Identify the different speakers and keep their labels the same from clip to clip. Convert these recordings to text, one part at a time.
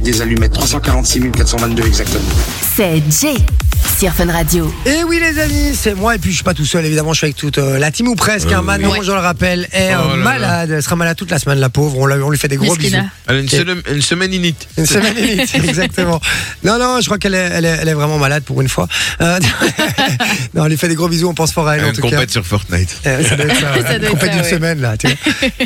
Speaker 1: avec des allumettes. 346 422 exactement.
Speaker 2: C'est Jay sur Fun Radio.
Speaker 3: Et oui les amis, c'est moi et puis je suis pas tout seul évidemment, je suis avec toute euh, la team ou presque.
Speaker 4: Euh,
Speaker 3: hein, Manon,
Speaker 4: oui.
Speaker 3: je le rappelle, est euh,
Speaker 4: Oh là là.
Speaker 3: malade, elle sera malade toute la semaine la pauvre, on, la- on lui fait des gros bisous.
Speaker 5: Miskina.
Speaker 4: Elle a une, seule- une semaine init.
Speaker 3: Une semaine et demie, exactement. Non, non, je crois qu'elle est, elle est, elle est vraiment malade pour une fois. Euh, non, on lui fait des gros bisous, on pense fort à elle
Speaker 4: Elle a
Speaker 3: en
Speaker 4: une
Speaker 3: tout cas.
Speaker 4: compète sur Fortnite.
Speaker 3: Euh, ça doit être ça,
Speaker 5: Ça doit
Speaker 3: qu'on
Speaker 5: être
Speaker 3: fait
Speaker 5: ça,
Speaker 3: d'une
Speaker 5: ouais.
Speaker 3: semaine là. tu vois.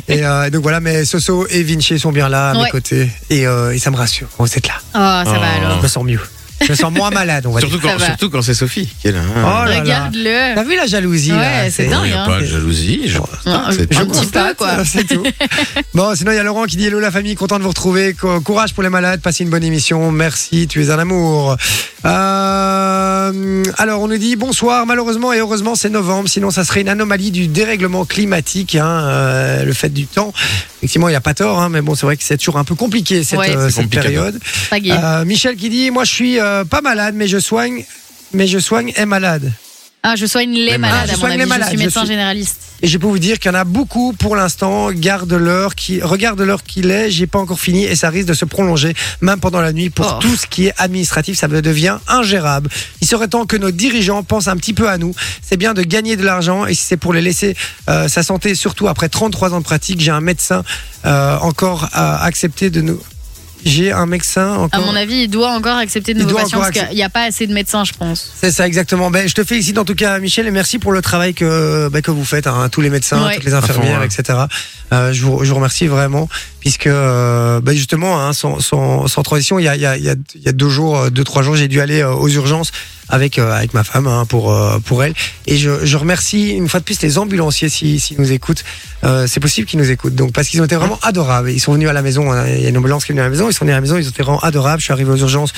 Speaker 3: et euh, donc voilà, mais Soso et Vinci sont bien là à mes
Speaker 5: Ouais.
Speaker 3: côtés et, euh, et ça me rassure. Vous êtes là,
Speaker 5: Oh, ça va
Speaker 4: Oh.
Speaker 3: je
Speaker 5: alors.
Speaker 3: me sens mieux, je me sens moins malade, on va dire.
Speaker 4: Surtout
Speaker 5: Ça
Speaker 4: quand,
Speaker 5: va.
Speaker 4: surtout quand c'est Sophie qui est là. hein.
Speaker 3: Oh là là. T'as
Speaker 5: Regarde-le.
Speaker 3: vu la jalousie là,
Speaker 5: Ouais, c'est
Speaker 4: Non,
Speaker 5: dingue,
Speaker 4: y a
Speaker 5: hein.
Speaker 4: pas de jalousie. Je...
Speaker 5: Un
Speaker 4: C'est-
Speaker 5: un
Speaker 3: Je
Speaker 5: petit pas,
Speaker 3: constate,
Speaker 5: quoi.
Speaker 3: C'est tout. bon, sinon, il y a Laurent qui dit Hello la famille, content de vous retrouver. Co- Courage pour les malades, passez une bonne émission. Merci, tu es un amour. Euh, alors, on nous dit bonsoir. Malheureusement et heureusement, c'est novembre. Sinon, ça serait une anomalie du dérèglement climatique, hein, euh, le fait du temps. Effectivement, il n'y a pas tort, hein, mais bon, c'est vrai que c'est toujours un peu compliqué cette,
Speaker 5: Ouais.
Speaker 3: euh,
Speaker 4: C'est
Speaker 3: cette
Speaker 4: compliqué.
Speaker 3: période.
Speaker 5: Pas gay.
Speaker 3: Euh, Michel qui dit Moi, je suis euh, pas malade, mais je soigne. Mais je soigne est malade.
Speaker 5: Ah, je soigne les
Speaker 4: les
Speaker 3: malades.
Speaker 5: malades, à
Speaker 3: Je
Speaker 5: mon
Speaker 3: soigne les
Speaker 5: avis. Je
Speaker 3: malades,
Speaker 5: suis
Speaker 3: je
Speaker 5: médecin
Speaker 3: suis-
Speaker 5: généraliste.
Speaker 3: Et je peux vous dire qu'il y en a beaucoup pour l'instant. Garde l'heure qui, regarde l'heure qu'il est. J'ai pas encore fini et ça risque de se prolonger, même pendant la nuit, pour
Speaker 5: Oh.
Speaker 3: tout ce qui est administratif. Ça devient ingérable. Il serait temps que nos dirigeants pensent un petit peu à nous. C'est bien de gagner de l'argent et si c'est pour les laisser euh, sa santé, surtout après 33 ans de pratique, j'ai un médecin euh, encore à accepter de nous. J'ai un médecin
Speaker 5: À
Speaker 3: encore.
Speaker 5: mon avis, il doit encore accepter de
Speaker 3: Il
Speaker 5: nouveaux
Speaker 3: doit
Speaker 5: patients
Speaker 3: encore
Speaker 5: parce qu'il n'y a pas assez de médecins, je pense.
Speaker 3: C'est ça exactement. Ben, je te félicite en tout cas, Michel, et merci pour le travail que ben, que vous faites, hein, tous les médecins,
Speaker 5: Ouais.
Speaker 3: toutes les
Speaker 4: À
Speaker 3: infirmières,
Speaker 4: fond,
Speaker 3: etc. Euh, je, vous, je vous remercie vraiment, puisque euh, ben, justement, hein, sans, sans, sans transition, il y a, il y, a, il y, a, il y a deux jours, euh, deux trois jours, j'ai dû aller euh, aux urgences avec euh, avec ma femme hein, pour euh, pour elle, et je, je remercie une fois de plus les ambulanciers si s'ils nous écoutent. Euh, c'est possible qu'ils nous écoutent. Donc, parce qu'ils ont été vraiment adorables. Ils sont venus à la maison. hein. Il y a une ambulance qui est venue à la maison. Ils sont venus à la maison. Ils ont été vraiment adorables. Je suis arrivé aux urgences.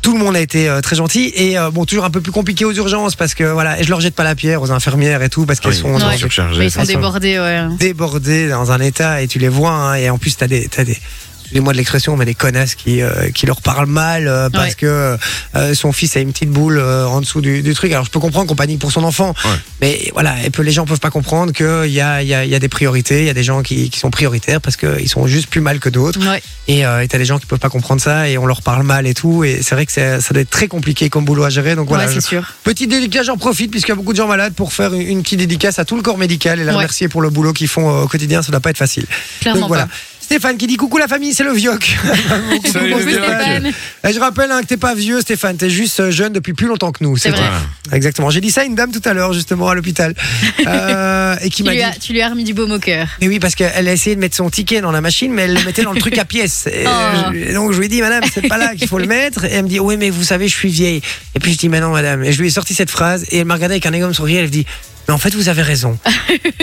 Speaker 3: Tout le monde a été euh, très gentil et euh, bon toujours un peu plus compliqué aux urgences parce que voilà et je leur jette pas la pierre aux infirmières et tout parce qu'elles
Speaker 4: Oui,
Speaker 3: sont
Speaker 4: ils sont
Speaker 3: dans-
Speaker 5: Ouais.
Speaker 4: surchargés.
Speaker 5: Mais ils sont
Speaker 3: elles sont-
Speaker 5: débordés, ouais.
Speaker 3: débordées dans un état et tu les vois hein, et en plus t'as des t'as des excusez-moi de l'expression mais des connasses qui euh, qui leur parlent mal euh, parce
Speaker 5: Ouais.
Speaker 3: que euh, son fils a une petite boule euh, en dessous du, du truc alors je peux comprendre qu'on panique pour son enfant
Speaker 4: Ouais.
Speaker 3: mais voilà et peu, les gens peuvent pas comprendre que il y a il y a, il y a des priorités il y a des gens qui, qui sont prioritaires parce que ils sont juste plus mal que d'autres
Speaker 5: Ouais.
Speaker 3: et euh, et t'as des gens qui peuvent pas comprendre ça et on leur parle mal et tout. Et c'est vrai que c'est- ça doit être très compliqué comme boulot à gérer. Donc voilà.
Speaker 5: Ouais,
Speaker 3: je-
Speaker 5: c'est sûr.
Speaker 3: Petite dédicace, j'en profite puisqu'il y a beaucoup de gens malades pour faire une- une petite dédicace à tout le corps médical et les
Speaker 5: Ouais.
Speaker 3: remercier pour le boulot qu'ils font euh, au quotidien. Ça doit pas être facile.
Speaker 5: Clairement
Speaker 3: Donc voilà. Stéphane qui dit coucou la famille, c'est le Vioc.
Speaker 5: pas.
Speaker 4: Salut,
Speaker 3: Coucou, Stéphane.
Speaker 4: les Vioc.
Speaker 5: Stéphane.
Speaker 3: Et je rappelle hein, que t'es pas vieux Stéphane, t'es juste euh, jeune depuis plus longtemps que nous.
Speaker 5: C'est vrai.
Speaker 3: tout. Exactement. J'ai dit ça à une dame tout à l'heure justement à l'hôpital Euh, et qui
Speaker 5: Tu
Speaker 3: m'a
Speaker 5: lui
Speaker 3: dit.
Speaker 5: as- Tu lui as remis du baume au cœur.
Speaker 3: Mais oui, parce qu'elle a essayé de mettre son ticket dans la machine, mais elle le mettait dans le truc à pièces. Et,
Speaker 5: Oh.
Speaker 3: euh, je- et donc je lui ai dit, madame, c'est pas là qu'il faut le mettre. Et elle me dit, oui, mais vous savez, je suis vieille. Et puis je dis, mais non, madame. Et je lui ai sorti cette phrase, et elle m'a regardé avec un énorme sourire, elle me dit, mais en fait, vous avez raison.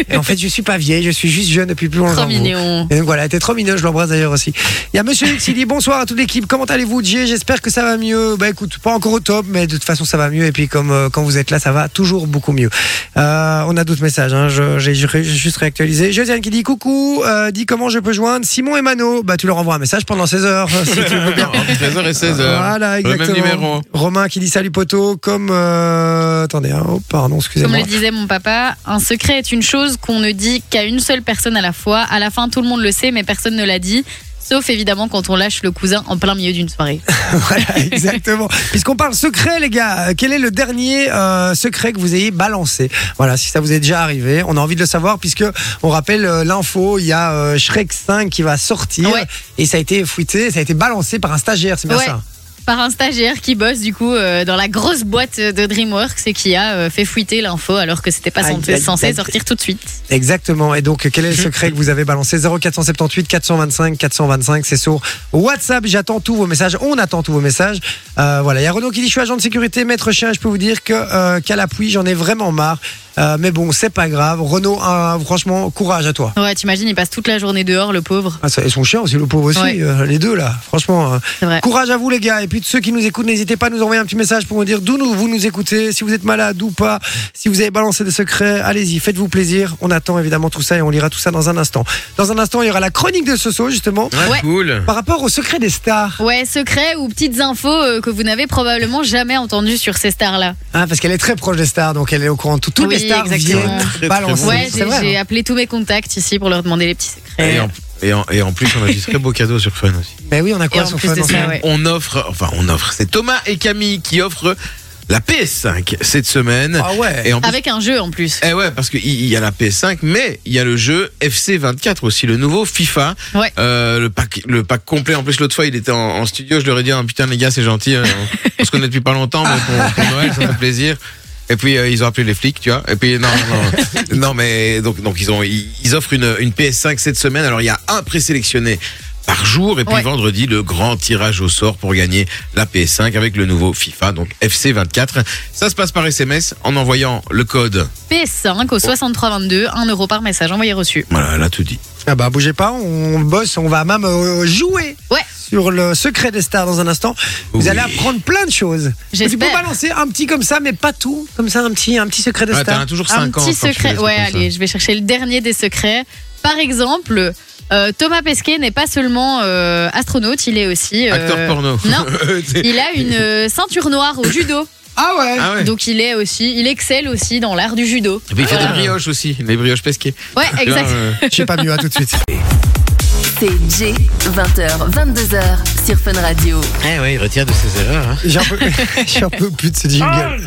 Speaker 3: et en fait, je suis pas vieille, je suis juste jeune depuis plus longtemps.
Speaker 5: Trop
Speaker 3: que vous.
Speaker 5: mignon.
Speaker 3: Et donc voilà, elle était trop mignonne, je l'embrasse d'ailleurs aussi. Il y a Monsieur X qui dit bonsoir à toute l'équipe, comment allez-vous Jay J'espère que ça va mieux. Bah écoute, pas encore au top, mais de toute façon ça va mieux. Et puis comme euh, quand vous êtes là, ça va toujours beaucoup mieux. Euh, on a d'autres messages, hein. Je- j'ai j'ai juste réactualisé. Josiane qui dit coucou, euh, dit comment je peux joindre Simon et Mano. Bah tu leur envoies un message pendant 16 heures. si tu veux bien.
Speaker 4: 13h et 16h.
Speaker 3: Voilà,
Speaker 4: le
Speaker 3: exactement.
Speaker 4: même numéro.
Speaker 3: Romain qui dit salut poteau, comme... euh, Attendez, hein. oh pardon,
Speaker 5: Comme
Speaker 3: excusez-moi.
Speaker 5: le disait mon papa, un secret est une chose qu'on ne dit qu'à une seule personne à la fois. À la fin, tout le monde le sait, mais personne ne l'a dit. Sauf évidemment quand on lâche le cousin en plein milieu d'une soirée.
Speaker 3: Voilà, exactement. Puisqu'on parle secret, les gars, euh, quel est le dernier euh, secret que vous ayez balancé Voilà, si ça vous est déjà arrivé, on a envie de le savoir puisque on rappelle euh, l'info, il y a euh, Shrek 5 qui va sortir
Speaker 5: Ouais.
Speaker 3: et ça a été fouetté, ça a été balancé par un stagiaire, c'est bien
Speaker 5: Ouais.
Speaker 3: ça
Speaker 5: Par un stagiaire qui bosse du coup euh, dans la grosse boîte de DreamWorks et qui a euh, fait fuiter l'info alors que c'était pas
Speaker 3: Aïe,
Speaker 5: censé-
Speaker 3: aïe,
Speaker 5: censé
Speaker 3: aïe.
Speaker 5: sortir tout de suite.
Speaker 3: Exactement. Et donc, quel est le secret que vous avez balancé 0478 425 425, c'est sur WhatsApp. J'attends tous vos messages. On attend tous vos messages. Euh, voilà. Il y a Renaud qui dit Je suis agent de sécurité, maître chien. Je peux vous dire que euh, qu'à l'appui, j'en ai vraiment marre. Euh, mais bon, c'est pas grave. Renaud, euh, franchement, courage à toi.
Speaker 5: Ouais, t'imagines, il passe toute la journée dehors, le pauvre.
Speaker 3: Ah, ça- ils sont chiants, c'est le pauvre aussi,
Speaker 5: Ouais.
Speaker 3: euh, les deux là. Franchement, euh,
Speaker 5: C'est vrai.
Speaker 3: courage à vous les gars. Et puis de ceux qui nous écoutent, n'hésitez pas à nous envoyer un petit message pour nous dire d'où nous, vous nous écoutez, si vous êtes malade ou pas, si vous avez balancé des secrets. Allez-y, faites-vous plaisir. On attend évidemment tout ça et on lira tout ça dans un instant. Dans un instant, il y aura la chronique de Soso justement
Speaker 4: Ah,
Speaker 5: Ouais.
Speaker 4: Cool.
Speaker 3: par rapport au secret des stars.
Speaker 5: Ouais, secret ou petites infos euh, que vous n'avez probablement jamais entendues sur ces stars-là.
Speaker 3: Hein, parce qu'elle est très proche des stars, donc elle est au courant de tout. Toutes
Speaker 5: Oui,
Speaker 3: les stars
Speaker 5: exactement.
Speaker 3: viennent
Speaker 4: Très, très
Speaker 3: balancer.
Speaker 4: bon.
Speaker 5: Ouais,
Speaker 3: Ah, C'est
Speaker 5: j'ai
Speaker 3: vrai,
Speaker 5: j'ai
Speaker 3: hein.
Speaker 5: appelé tous mes contacts ici pour leur demander les petits secrets.
Speaker 4: Et en, Et en, et en plus, on a du très beaux cadeaux sur Fun aussi.
Speaker 3: Mais oui, on a
Speaker 5: Et
Speaker 3: quoi
Speaker 5: en
Speaker 3: sur
Speaker 5: plus
Speaker 3: Fun
Speaker 5: de
Speaker 3: en ce
Speaker 5: ça,
Speaker 3: moment
Speaker 5: ouais.
Speaker 4: On offre, enfin, on offre, c'est Thomas et Camille qui offrent la PS5 cette semaine.
Speaker 3: Ah ouais.
Speaker 4: Et en plus,
Speaker 5: Avec un jeu en plus.
Speaker 4: Eh ouais, parce qu'il y a la PS5, mais il y a le jeu FC24 aussi, le nouveau FIFA.
Speaker 5: Ouais.
Speaker 4: Euh, le, pack, le pack complet. En plus, l'autre fois, il était en, en studio. Je leur ai dit, Ah, putain, les gars, c'est gentil. euh, on se connaît depuis pas longtemps, mais pour, pour Noël, ça fait plaisir. Et puis euh, ils ont appelé les flics, tu vois. Et puis non, non, non, Non, mais donc donc ils ont ils ils offrent une, une PS5 cette semaine. Alors il y a un présélectionné par jour et puis
Speaker 5: Ouais.
Speaker 4: vendredi le grand tirage au sort pour gagner la PS5 avec le nouveau FIFA donc FC24. Ça se passe par SMS en envoyant le code.
Speaker 5: PS5 au 6322, 1 euro par message envoyé reçu.
Speaker 4: Voilà, elle a tout dit.
Speaker 3: Ah bah bougez pas, on bosse, on va même euh, jouer
Speaker 5: Ouais.
Speaker 3: sur le secret des stars dans un instant. Vous
Speaker 4: Oui.
Speaker 3: allez apprendre plein de choses. Tu peux
Speaker 5: J'espère.
Speaker 3: balancer un petit comme ça, mais pas tout, comme ça un petit, un petit secret des
Speaker 4: Ah,
Speaker 3: stars.
Speaker 4: t'en as toujours
Speaker 5: Un
Speaker 4: 50.
Speaker 5: petit secret. Ouais, allez, je vais chercher le dernier des secrets. Par exemple, euh, Thomas Pesquet n'est pas seulement euh, astronaute, il est aussi. euh,
Speaker 4: Acteur porno.
Speaker 5: Non.
Speaker 4: C'est-
Speaker 5: Il a une euh, ceinture noire au judo.
Speaker 3: Ah ouais.
Speaker 4: ah ouais.
Speaker 5: Donc il est aussi, il excelle aussi dans l'art du judo.
Speaker 4: Et puis il fait des
Speaker 5: Voilà.
Speaker 4: brioches aussi, les brioches pesquées.
Speaker 5: Ouais, Euh, exact.
Speaker 4: Là, euh,
Speaker 3: Je sais pas mieux à tout de suite.
Speaker 4: Hein
Speaker 2: C'est J, 20h, 22h sur Fun Radio.
Speaker 4: Eh ouais, il retire de ses erreurs. hein.
Speaker 3: J'ai un, peu- j'ai un peu plus de ce jingle.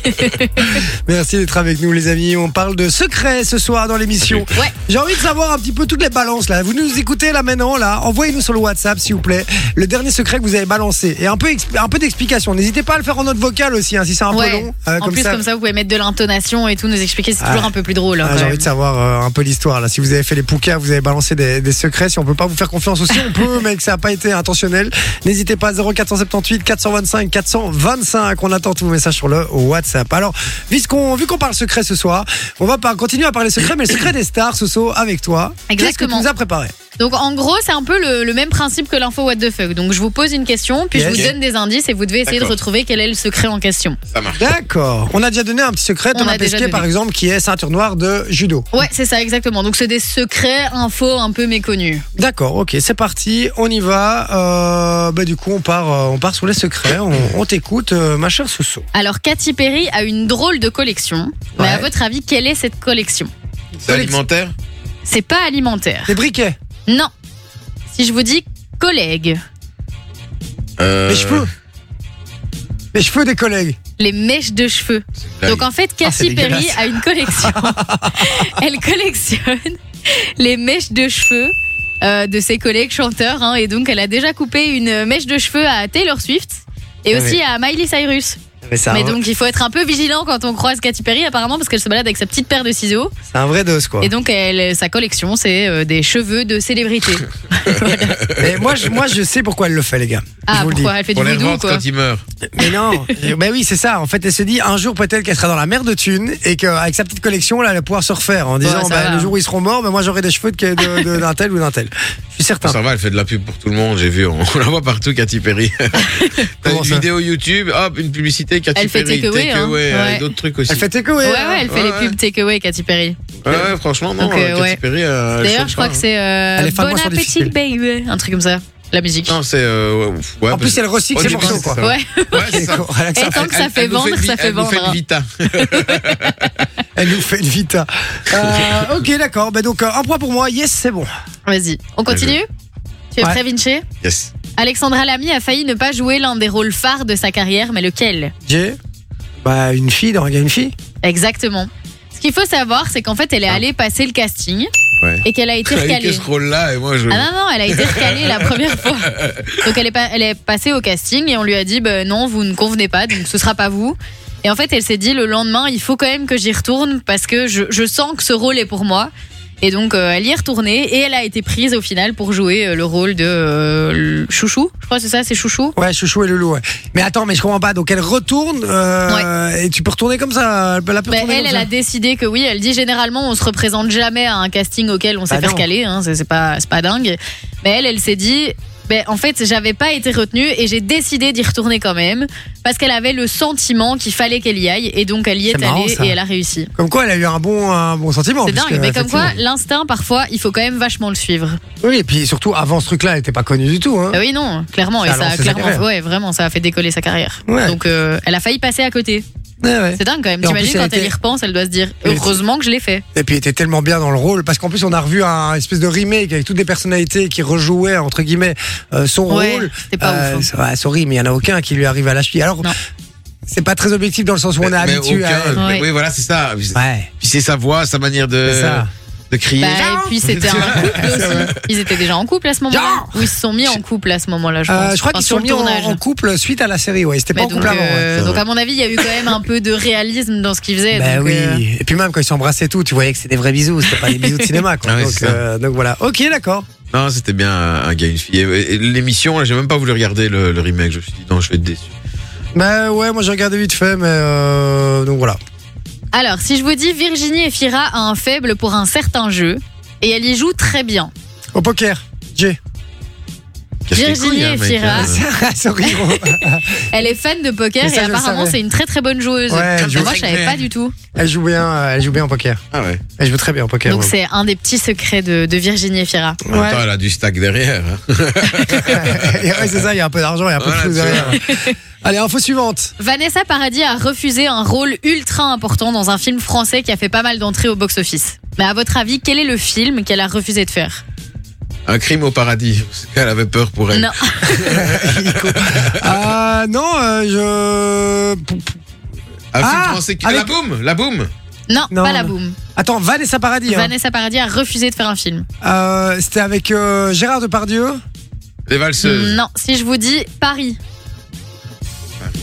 Speaker 3: Merci d'être avec nous, les amis. On parle de secrets ce soir dans
Speaker 4: hein.
Speaker 3: l'émission.
Speaker 5: Ouais.
Speaker 3: J'ai envie de savoir un petit peu toutes les balances là. Vous nous écoutez là maintenant là. Envoyez-nous sur le WhatsApp s'il vous plaît le dernier secret que vous avez balancé et un peu exp- un peu d'explication. N'hésitez pas à le faire en note vocale aussi hein, si c'est un
Speaker 5: Ouais.
Speaker 3: peu long. euh,
Speaker 5: en plus, comme ça, vous pouvez mettre de l'intonation et tout, nous expliquer, c'est toujours
Speaker 3: Ah.
Speaker 5: un peu plus drôle. hein,
Speaker 3: Ah,
Speaker 5: quand
Speaker 3: J'ai
Speaker 5: même.
Speaker 3: envie de savoir euh, un peu l'histoire là. Si vous avez fait les poucas, vous avez balancé des, des secrets. Si on peut pas vous faire confiance aussi, on peut, mais que ça n'a pas été intentionnel. N'hésitez pas 0478 425 425. On attend tous vos messages sur le WhatsApp. Alors, puisqu'on- vu qu'on parle secret ce soir, on va pas continuer à parler secret, mais le secret des stars, Soso, avec toi. Qu'est-ce que tu
Speaker 5: Exactement.
Speaker 3: nous as préparé
Speaker 5: Donc en gros, c'est un peu le, le même principe que l'info what the fuck. Donc je vous pose une question, puis
Speaker 3: Yes.
Speaker 5: je vous donne des indices et vous devez essayer de
Speaker 4: D'accord.
Speaker 5: retrouver quel est le secret en question.
Speaker 4: Ça marche.
Speaker 3: D'accord. On a déjà donné un petit secret.
Speaker 5: On
Speaker 3: Thomas
Speaker 5: a déjà
Speaker 3: Pesquet,
Speaker 5: donné.
Speaker 3: par exemple, qui est ceinture noire de judo.
Speaker 5: Ouais, c'est ça exactement. Donc c'est des secrets infos un peu méconnus.
Speaker 3: D'accord, ok, c'est parti, on y va. Euh, bah, du coup, on part, euh, on part sur les secrets. On, on t'écoute, euh, ma chère Soso.
Speaker 5: Alors Katy Perry a une drôle de collection, mais
Speaker 3: Ouais.
Speaker 5: à votre avis, quelle est cette collection
Speaker 4: C'est alimentaire
Speaker 5: C'est pas alimentaire.
Speaker 3: Des briquets.
Speaker 5: Non. Si je vous dis collègues,
Speaker 4: Euh,
Speaker 3: Les cheveux. Les cheveux des collègues.
Speaker 5: les mèches de cheveux.
Speaker 4: Là,
Speaker 5: Donc en fait, Katy
Speaker 3: Ah Oh, c'est
Speaker 5: Perry
Speaker 3: dégueulasse.
Speaker 5: a une collection. Elle collectionne les mèches de cheveux. euh, de ses collègues chanteurs hein, et donc elle a déjà coupé une mèche de cheveux à Taylor Swift et
Speaker 3: Ah
Speaker 5: aussi
Speaker 3: oui.
Speaker 5: à Miley Cyrus.
Speaker 3: Mais c'est
Speaker 5: Mais
Speaker 3: un,
Speaker 5: donc il faut être un peu vigilant quand on croise Katy Perry apparemment parce qu'elle se balade avec sa petite paire de ciseaux
Speaker 3: c'est un vrai dos, quoi.
Speaker 5: et donc elle, sa collection c'est euh, des cheveux de célébrités.
Speaker 3: Mais moi, je, moi, je sais pourquoi elle le fait, les gars. je
Speaker 5: Ah
Speaker 3: vous le dis.
Speaker 5: pourquoi elle fait
Speaker 4: Pour
Speaker 5: du
Speaker 4: les
Speaker 5: voodoo
Speaker 4: revendre
Speaker 5: quoi
Speaker 4: quand il meurt.
Speaker 3: Mais non. Mais oui, c'est ça. En fait, elle se dit un jour peut-être qu'elle sera dans la mer de thunes et qu'avec sa petite collection, là, elle va pouvoir se refaire en disant
Speaker 5: ça
Speaker 3: bah,
Speaker 5: va.
Speaker 3: le jour où ils seront morts, bah, moi j'aurai des cheveux de- de- de- d'un tel ou d'un tel. Je suis certain.
Speaker 4: Ça va, elle fait de la pub pour tout le monde, j'ai vu, on, on la voit partout, Katy Perry. T'as
Speaker 3: Comment
Speaker 4: une
Speaker 3: ça
Speaker 4: vidéo YouTube, hop, une publicité, Katy
Speaker 5: Elle fait
Speaker 4: Perry,
Speaker 5: takeaway, hein.
Speaker 4: takeaway,
Speaker 5: Ouais.
Speaker 4: et d'autres trucs aussi.
Speaker 3: Elle fait tes couilles.
Speaker 5: Ouais
Speaker 3: hein.
Speaker 5: ouais elle fait
Speaker 4: Ouais,
Speaker 5: les
Speaker 4: ouais.
Speaker 5: pubs takeaway Katy Perry.
Speaker 4: Ouais, ouais, franchement, non,
Speaker 5: Donc, euh,
Speaker 4: euh, Katy
Speaker 5: ouais.
Speaker 4: Perry. euh, elle
Speaker 5: D'ailleurs
Speaker 4: chante
Speaker 5: je crois
Speaker 4: pas,
Speaker 5: que c'est
Speaker 3: Elle
Speaker 5: euh,
Speaker 3: est fan de
Speaker 5: Bon
Speaker 3: moi sur
Speaker 5: appétit
Speaker 3: difficile.
Speaker 5: baby un truc comme ça la musique.
Speaker 4: hein. Non, c'est. euh, ouais, ouais,
Speaker 3: En plus, elle recycle
Speaker 4: au
Speaker 3: ses
Speaker 4: début,
Speaker 3: morceaux,
Speaker 4: c'est
Speaker 3: quoi.
Speaker 4: ça.
Speaker 5: Ouais.
Speaker 4: Ouais, c'est ça.
Speaker 3: Relax,
Speaker 5: Et
Speaker 3: ça
Speaker 5: tant que ça
Speaker 4: Elle-
Speaker 5: fait
Speaker 4: elle nous
Speaker 5: vendre,
Speaker 4: une vi-
Speaker 5: ça fait
Speaker 4: elle nous
Speaker 5: vendre.
Speaker 4: fait une
Speaker 5: hein.
Speaker 4: vita.
Speaker 3: Elle nous fait une vita. Euh, ok, d'accord. Ben donc, euh, un point pour moi. Yes, c'est bon.
Speaker 5: Vas-y, on continue Tu es
Speaker 3: Ouais.
Speaker 5: prêt Vinci
Speaker 4: Yes.
Speaker 5: Alexandra Lamy a failli ne pas jouer l'un des rôles phares de sa carrière, mais lequel
Speaker 3: J'ai. Bah, une fille dans un gars, une fille.
Speaker 5: Exactement. Ce qu'il faut savoir, c'est qu'en fait, elle est allée passer le casting
Speaker 4: Ouais.
Speaker 5: et qu'elle a été
Speaker 4: Avec
Speaker 5: recalée.
Speaker 4: ce rôle-là, et moi, je.
Speaker 5: Ah non, non, elle a été recalée la première fois. Donc elle est, pas- elle est passée au casting et on lui a dit bah, non, vous ne convenez pas, donc ce sera pas vous. Et en fait, elle s'est dit le lendemain, il faut quand même que j'y retourne parce que je, je sens que ce rôle est pour moi. Et donc euh, elle y est retournée et elle a été prise au final pour jouer euh, le rôle de euh, le- Chouchou. Je crois que c'est ça, c'est Chouchou.
Speaker 3: Ouais, chouchou et loulou. Ouais. Mais attends, mais je comprends pas. Donc elle retourne euh, et tu peux retourner comme ça. Elle peut la peut
Speaker 5: Bah,
Speaker 3: retourner
Speaker 5: elle,
Speaker 3: comme
Speaker 5: elle
Speaker 3: ça.
Speaker 5: a décidé que oui, elle dit généralement on se représente jamais à un casting auquel on s'est
Speaker 3: Bah
Speaker 5: fait
Speaker 3: non.
Speaker 5: recaler, hein, c'est c'est pas, c'est pas dingue. Mais elle, elle s'est dit, ben en fait j'avais pas été retenue et j'ai décidé d'y retourner quand même parce qu'elle avait le sentiment qu'il fallait qu'elle y aille et donc elle y est,
Speaker 3: C'est marrant,
Speaker 5: allée
Speaker 3: ça.
Speaker 5: et elle a réussi.
Speaker 3: Comme quoi, elle a eu un bon, un bon sentiment.
Speaker 5: C'est
Speaker 3: puisque,
Speaker 5: dingue, mais comme
Speaker 3: effectivement.
Speaker 5: quoi l'instinct parfois il faut quand même vachement le suivre.
Speaker 3: Oui, et puis surtout, avant ce truc-là, elle n'était pas connue du tout. Hein.
Speaker 5: Bah oui non, clairement
Speaker 3: Ça
Speaker 5: et
Speaker 3: a
Speaker 5: ça a
Speaker 3: lancé sa
Speaker 5: clairement,
Speaker 3: carrière.
Speaker 5: ouais vraiment ça a fait décoller sa carrière.
Speaker 3: Ouais.
Speaker 5: Donc euh, elle a failli passer à côté.
Speaker 3: Ouais, ouais.
Speaker 5: C'est dingue quand même.
Speaker 3: Et en
Speaker 5: T'imagines
Speaker 3: plus,
Speaker 5: quand
Speaker 3: elle
Speaker 5: elle y
Speaker 3: était-
Speaker 5: repense, elle doit se dire
Speaker 3: Elle était-
Speaker 5: heureusement que je l'ai fait.
Speaker 3: Et puis il était tellement bien dans le rôle parce qu'en plus on a revu un espèce de remake avec toutes des personnalités qui rejouaient entre guillemets euh, son
Speaker 5: Ouais,
Speaker 3: rôle.
Speaker 5: c'était pas
Speaker 3: Euh,
Speaker 5: ouf. hein.
Speaker 3: ça va, sorry, mais il y en a aucun qui lui arrive à la cheville. Alors
Speaker 5: Non.
Speaker 3: c'est pas très objectif dans le sens où on est
Speaker 4: Mais- mais
Speaker 3: habitué à.
Speaker 4: aucun-
Speaker 3: elle.
Speaker 4: mais
Speaker 5: Ouais.
Speaker 4: Oui, voilà, c'est ça. Puis
Speaker 3: Ouais,
Speaker 4: c'est- c'est sa voix, sa manière de,
Speaker 3: c'est ça.
Speaker 4: de crier.
Speaker 5: Bah, et puis c'était un couple
Speaker 3: C'est vrai.
Speaker 5: aussi. Ils étaient déjà en couple à ce moment-là. Ou ils se sont mis en couple à ce moment-là, je
Speaker 3: Euh,
Speaker 5: pense.
Speaker 3: je crois
Speaker 5: Enfin,
Speaker 3: qu'ils
Speaker 5: sur
Speaker 3: sont
Speaker 5: le
Speaker 3: mis en,
Speaker 5: tournage.
Speaker 3: en couple suite à la série. Ouais, c'était pas
Speaker 5: Mais
Speaker 3: en
Speaker 5: donc,
Speaker 3: couple avant. ouais.
Speaker 5: euh,
Speaker 4: c'est
Speaker 5: donc,
Speaker 4: vrai.
Speaker 5: à mon avis, il y a eu quand même un peu de réalisme dans ce qu'ils faisaient.
Speaker 3: Bah
Speaker 5: donc,
Speaker 3: oui.
Speaker 5: euh,
Speaker 3: Et puis même quand ils s'embrassaient tout, tu voyais que c'était des vrais bisous, c'était pas des bisous de cinéma. Quoi.
Speaker 4: Ah ouais,
Speaker 3: donc,
Speaker 4: c'est ça.
Speaker 3: euh, donc voilà. Ok, d'accord.
Speaker 4: Non, c'était bien un un gars et une fille. Et- et L'émission, là, j'ai même pas voulu regarder le, le remake. Je me suis dit, non, je vais être déçu.
Speaker 3: Bah ouais, moi j'ai regardé vite fait, mais euh, donc voilà.
Speaker 5: Alors, si je vous dis Virginie Efira a un faible pour un certain jeu et elle y joue très bien.
Speaker 3: Au poker, Jay.
Speaker 4: Casse les
Speaker 5: Virginie
Speaker 4: couilles, hein, mec,
Speaker 5: Efira.
Speaker 4: euh,
Speaker 3: Sorry, gros.
Speaker 5: Elle est fan de poker
Speaker 3: Mais ça,
Speaker 5: et
Speaker 3: je le
Speaker 5: apparemment,
Speaker 3: savais.
Speaker 5: c'est une très très bonne joueuse.
Speaker 3: Ouais, elle
Speaker 5: Mais
Speaker 3: joue
Speaker 5: moi, je
Speaker 4: très
Speaker 5: savais
Speaker 4: bien.
Speaker 5: pas du tout.
Speaker 3: elle joue bien, euh, elle joue bien au poker.
Speaker 4: Ah ouais.
Speaker 3: Elle joue très bien au poker.
Speaker 5: Donc,
Speaker 3: ouais.
Speaker 5: c'est un des petits secrets de, de Virginie Efira.
Speaker 4: En même temps, elle a du stack derrière. hein.
Speaker 3: Et ouais, c'est ça, il y a un peu d'argent, il y a un peu de
Speaker 4: Voilà,
Speaker 3: choses
Speaker 4: tu
Speaker 3: derrière. Allez, info suivante.
Speaker 5: Vanessa Paradis a refusé un rôle ultra important dans un film français qui a fait pas mal d'entrées au box-office. Mais à votre avis, quel est le film qu'elle a refusé de faire
Speaker 4: Un crime au paradis. Elle avait peur pour elle.
Speaker 5: Non,
Speaker 3: Euh, non, euh, je.
Speaker 4: Un film
Speaker 3: Ah,
Speaker 4: français qui-
Speaker 3: avec-
Speaker 4: La boum La boum
Speaker 5: non,
Speaker 3: Non,
Speaker 5: pas la
Speaker 3: non.
Speaker 5: boum.
Speaker 3: Attends, Vanessa Paradis. hein.
Speaker 5: Vanessa Paradis a refusé de faire un film.
Speaker 3: Euh, C'était avec euh, Gérard Depardieu.
Speaker 4: Les valseuses.
Speaker 5: Non, si je vous dis Paris.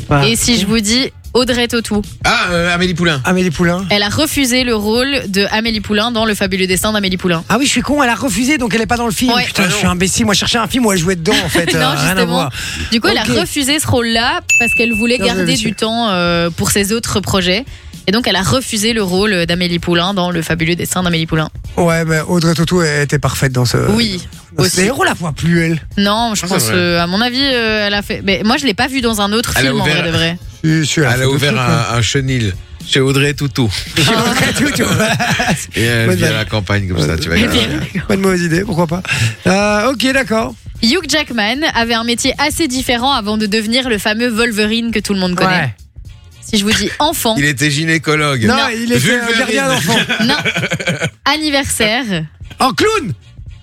Speaker 3: Ah.
Speaker 5: Et si je vous dis Audrey Tautou.
Speaker 4: Ah, euh, Amélie Poulain.
Speaker 3: Amélie Poulain.
Speaker 5: Elle a refusé le rôle de Amélie Poulain dans Le fabuleux destin d'Amélie Poulain.
Speaker 3: Ah oui, je suis con, elle a refusé, donc elle est pas dans le film.
Speaker 5: Ouais.
Speaker 3: Putain,
Speaker 4: Ah
Speaker 3: je
Speaker 4: non.
Speaker 3: suis imbécile. Moi, je cherchais un film où elle jouait dedans, en fait.
Speaker 5: Non,
Speaker 3: euh, rien à
Speaker 5: justement.
Speaker 3: voir.
Speaker 5: Du coup, elle
Speaker 3: Ok.
Speaker 5: a refusé ce rôle-là parce qu'elle voulait
Speaker 3: Bien joué,
Speaker 5: garder
Speaker 3: monsieur.
Speaker 5: du temps euh, pour ses autres projets. Et donc, elle a refusé le rôle d'Amélie Poulain dans Le fabuleux destin d'Amélie Poulain.
Speaker 3: Ouais, mais Audrey Tautou elle était parfaite dans ce.
Speaker 5: oui.
Speaker 3: dans ce-
Speaker 5: aussi.
Speaker 3: Les héros la voient plus, elle.
Speaker 5: Non, je
Speaker 4: Ah, c'est
Speaker 5: pense,
Speaker 4: vrai.
Speaker 5: euh, à mon avis, euh, elle a fait. Mais moi, je l'ai pas vue dans un autre
Speaker 4: Elle a
Speaker 5: film en
Speaker 4: ouvert-
Speaker 5: vrai de vrai.
Speaker 3: Si, si,
Speaker 4: Elle
Speaker 3: fait
Speaker 4: a
Speaker 3: d'autres
Speaker 4: ouvert
Speaker 3: trucs,
Speaker 4: un, un chenil chez Audrey Toutou.
Speaker 3: hein. Audrey Tautou, ouais. bah,
Speaker 4: Et elle
Speaker 3: Bonne
Speaker 4: vit à
Speaker 3: vanne.
Speaker 4: la campagne comme ça, tu vas
Speaker 5: Eh
Speaker 4: regarder.
Speaker 5: bien,
Speaker 3: Pas de mauvaise idée, pourquoi pas. Euh, ok, d'accord.
Speaker 5: Hugh Jackman avait un métier assez différent avant de devenir le fameux Wolverine que tout le monde connaît.
Speaker 3: Ouais.
Speaker 5: Si je vous dis enfant,
Speaker 4: Il était gynécologue.
Speaker 3: Non, il était euh,
Speaker 4: Vulverine.
Speaker 3: gardien d'enfant.
Speaker 5: non. Anniversaire,
Speaker 3: En clown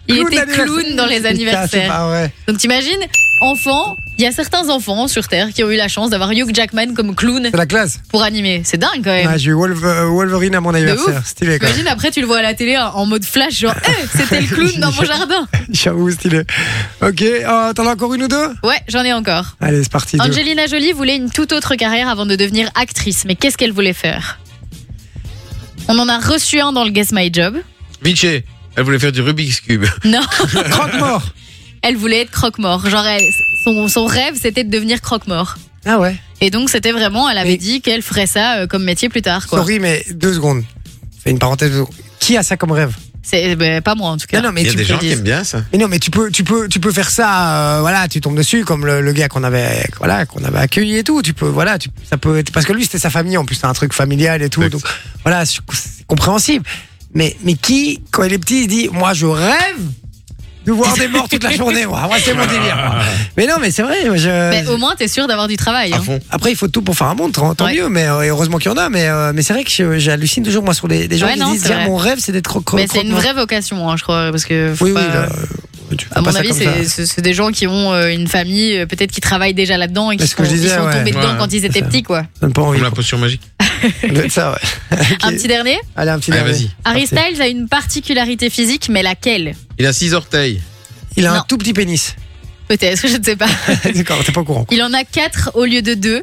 Speaker 5: il était
Speaker 3: d'anniversaire.
Speaker 5: clown dans les
Speaker 3: Putain, c'est
Speaker 5: anniversaires.
Speaker 3: pas vrai.
Speaker 5: Donc t'imagines, enfant, il y a certains enfants sur Terre qui ont eu la chance d'avoir Hugh Jackman comme clown
Speaker 3: C'est la classe.
Speaker 5: pour animer. C'est dingue quand même.
Speaker 3: Ah, J'ai eu Wolve- euh, Wolverine à mon anniversaire. Stylé, quoi.
Speaker 5: T'imagines après tu le vois à la télé en en mode flash, genre, Eh, c'était le clown dans mon jardin.
Speaker 3: J'avoue, stylé. Ok, euh, t'en as encore une ou deux
Speaker 5: Ouais, j'en ai encore.
Speaker 3: Allez, c'est parti. deux.
Speaker 5: Angelina Jolie voulait une toute autre carrière avant de devenir actrice, mais qu'est-ce qu'elle voulait faire On en a reçu un dans le Guess My Job.
Speaker 4: Miché, elle voulait faire du Rubik's Cube.
Speaker 5: Non,
Speaker 3: Croque-mort.
Speaker 5: elle voulait être croque-mort. Genre, elle- son, son rêve, c'était de devenir croque-mort.
Speaker 3: Ah ouais
Speaker 5: Et donc, c'était vraiment, elle avait
Speaker 3: Mais-
Speaker 5: dit qu'elle ferait ça euh, comme métier plus tard. Quoi.
Speaker 3: Sorry, mais deux secondes. Fais une parenthèse. deux secondes. Qui a ça comme rêve
Speaker 5: C'est ben, pas moi en tout cas.
Speaker 3: Non, non, mais
Speaker 4: Il y a
Speaker 3: tu
Speaker 4: des
Speaker 3: peux-
Speaker 4: gens
Speaker 5: dis-
Speaker 4: qui aiment bien ça.
Speaker 3: Mais non, mais tu peux, tu peux, tu peux faire ça. euh, voilà, tu tombes dessus comme le, le gars qu'on avait, voilà, qu'on avait accueilli et tout. Tu peux, voilà, tu- ça peut être parce que lui c'était sa famille en plus, c'est un truc familial et tout.
Speaker 4: Ouais.
Speaker 3: Donc voilà, c'est c'est compréhensible. Mais mais qui, quand il est petit, il dit, moi je rêve de voir des morts toute la journée. Moi, Moi, c'est mon délire. moi. Mais non, mais c'est vrai. moi, je-
Speaker 5: Mais au moins, t'es sûr d'avoir du travail.
Speaker 4: À
Speaker 5: hein.
Speaker 4: fond.
Speaker 3: Après, il euh, Ah, faut tout pour faire un monde, tant tant
Speaker 5: Ouais.
Speaker 3: mieux. Mais euh, et heureusement qu'il y en a. Mais euh, mais c'est vrai que je- j'hallucine toujours moi sur les, les gens
Speaker 5: Ouais,
Speaker 3: qui
Speaker 5: non,
Speaker 3: disent,
Speaker 5: c'est
Speaker 3: Tiens,
Speaker 5: vrai.
Speaker 3: mon rêve c'est d'être croque
Speaker 5: Mais c'est une vraie vocation, hein, je crois. Parce que faut
Speaker 3: Oui, oui.
Speaker 5: pas-
Speaker 3: là, euh, tu fais
Speaker 5: à
Speaker 3: pas
Speaker 5: mon
Speaker 3: ça
Speaker 5: avis,
Speaker 3: comme
Speaker 5: c'est-
Speaker 3: ça.
Speaker 5: c'est c'est des gens qui ont euh, une famille, euh, peut-être qui travaillent déjà là-dedans et qui
Speaker 3: Mais ce que
Speaker 5: sont,
Speaker 3: je disais,
Speaker 5: qui sont
Speaker 3: ouais.
Speaker 5: tombés dedans
Speaker 4: Ouais,
Speaker 5: quand ils
Speaker 3: c'est
Speaker 5: étaient
Speaker 3: ça.
Speaker 5: petits. quoi.
Speaker 3: Donne pas envie.
Speaker 4: Comme la potion magique.
Speaker 3: Ça doit être ça, ouais.
Speaker 5: Un
Speaker 3: Ok.
Speaker 5: petit dernier
Speaker 3: Allez, un petit
Speaker 4: Allez,
Speaker 3: dernier.
Speaker 4: vas-y.
Speaker 5: Harry
Speaker 3: Parfait.
Speaker 5: Styles a une particularité physique, mais laquelle
Speaker 4: Il a six orteils.
Speaker 3: Il a un
Speaker 5: Non.
Speaker 3: tout petit pénis.
Speaker 5: Peut-être, je ne sais pas.
Speaker 3: D'accord, t'es pas au courant.
Speaker 5: Il en a 4 au lieu de 2.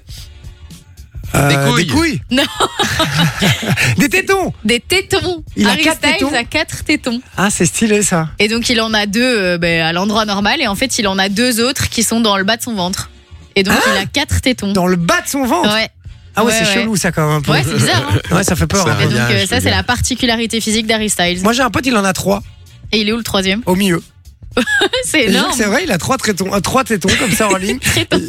Speaker 3: Euh,
Speaker 4: couilles.
Speaker 3: Des couilles
Speaker 5: Non.
Speaker 3: Des tétons
Speaker 5: Des tétons.
Speaker 3: Il a
Speaker 5: Harry
Speaker 3: quatre
Speaker 5: Styles
Speaker 3: tétons
Speaker 5: a 4 tétons.
Speaker 3: Ah, c'est stylé ça.
Speaker 5: Et donc il en a 2 à l'endroit normal et en fait il en a deux autres qui sont dans le bas de son ventre. Et donc il a 4 tétons.
Speaker 3: Ah Dans le bas de son ventre
Speaker 5: Ouais,
Speaker 3: Ah ouais,
Speaker 5: Ouais,
Speaker 3: c'est
Speaker 5: ouais.
Speaker 3: chelou ça quand même. un peu.
Speaker 5: ouais c'est bizarre. hein.
Speaker 3: Ouais, ça fait peur.
Speaker 4: Ça
Speaker 3: hein.
Speaker 5: Et donc
Speaker 4: bien,
Speaker 5: euh,
Speaker 4: je
Speaker 5: ça
Speaker 4: veux
Speaker 5: c'est
Speaker 4: bien.
Speaker 5: la particularité physique d'Harry Styles.
Speaker 3: Moi j'ai un pote, il en a trois
Speaker 5: Et il est où le troisième
Speaker 3: au milieu.
Speaker 5: C'est
Speaker 3: Et je jure que
Speaker 5: énorme.
Speaker 3: C'est vrai, il a trois tétons, euh, trois tétons comme ça en ligne.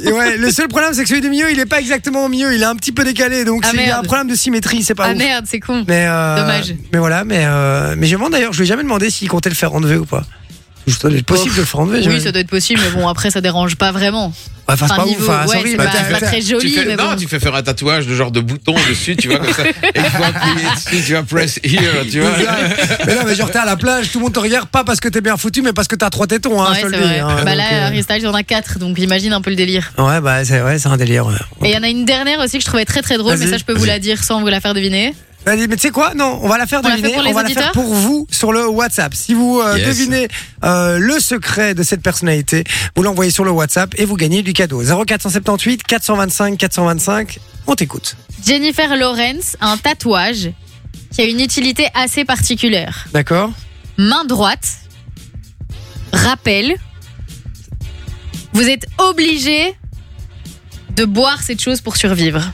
Speaker 3: Et Ouais, le seul problème c'est que celui du milieu, il est pas exactement au milieu, il est un petit peu décalé, donc
Speaker 5: Ah,
Speaker 3: c'est- il y a un
Speaker 5: merde.
Speaker 3: problème de symétrie, c'est pas
Speaker 5: Ah
Speaker 3: ouf.
Speaker 5: merde, c'est con.
Speaker 3: Mais euh,
Speaker 5: Dommage.
Speaker 3: Mais voilà, mais euh, mais je me demande d'ailleurs, je lui ai jamais demandé s'il comptait le faire en neveu ou pas. Ça doit être possible de le faire enlever.
Speaker 5: Oui,
Speaker 3: j'imagine.
Speaker 5: ça doit être possible, mais bon, après, ça dérange pas vraiment.
Speaker 3: Bah, fasse
Speaker 5: Enfin,
Speaker 3: pas ouf,
Speaker 5: niveau,
Speaker 3: enfin,
Speaker 5: ouais,
Speaker 3: sorry, mais
Speaker 5: c'est pas,
Speaker 3: t'as-
Speaker 5: pas
Speaker 3: t'as-
Speaker 5: très
Speaker 4: tu
Speaker 5: joli,
Speaker 4: fais,
Speaker 5: mais
Speaker 4: non,
Speaker 5: bon.
Speaker 4: tu fais faire un tatouage de genre de bouton dessus, tu vois, comme ça. Et il faut appuyer dessus, tu vas press here, tu vois.
Speaker 3: mais non, mais genre, t'es à la plage, tout le monde te regarde, pas parce que t'es bien foutu, mais parce que t'as trois tétons, hein,
Speaker 5: Ouais,
Speaker 3: je te
Speaker 5: c'est
Speaker 3: le dis.
Speaker 5: vrai.
Speaker 3: hein,
Speaker 5: bah
Speaker 3: donc,
Speaker 5: là,
Speaker 3: euh,
Speaker 5: Harry Styles, il y en a quatre, donc imagine un peu le délire.
Speaker 3: Ouais, bah, c'est ouais, c'est un délire. ouais.
Speaker 5: Et il y en a une dernière aussi que je trouvais très très drôle, mais
Speaker 3: Vas-y.
Speaker 5: ça, je peux vous la dire sans vous la faire deviner.
Speaker 3: Vas-y, mais tu sais quoi Non, on va la faire
Speaker 5: On la fait
Speaker 3: deviner.
Speaker 5: pour les
Speaker 3: on va la faire
Speaker 5: auditeurs
Speaker 3: pour vous sur le WhatsApp. Si vous euh,
Speaker 4: Yes.
Speaker 3: devinez euh, le secret de cette personnalité, vous l'envoyez sur le WhatsApp et vous gagnez du cadeau. 0478 425 425. On t'écoute.
Speaker 5: Jennifer Lawrence a un tatouage qui a une utilité assez particulière.
Speaker 3: D'accord
Speaker 5: Main droite, rappel, vous êtes obligé de boire cette chose pour survivre.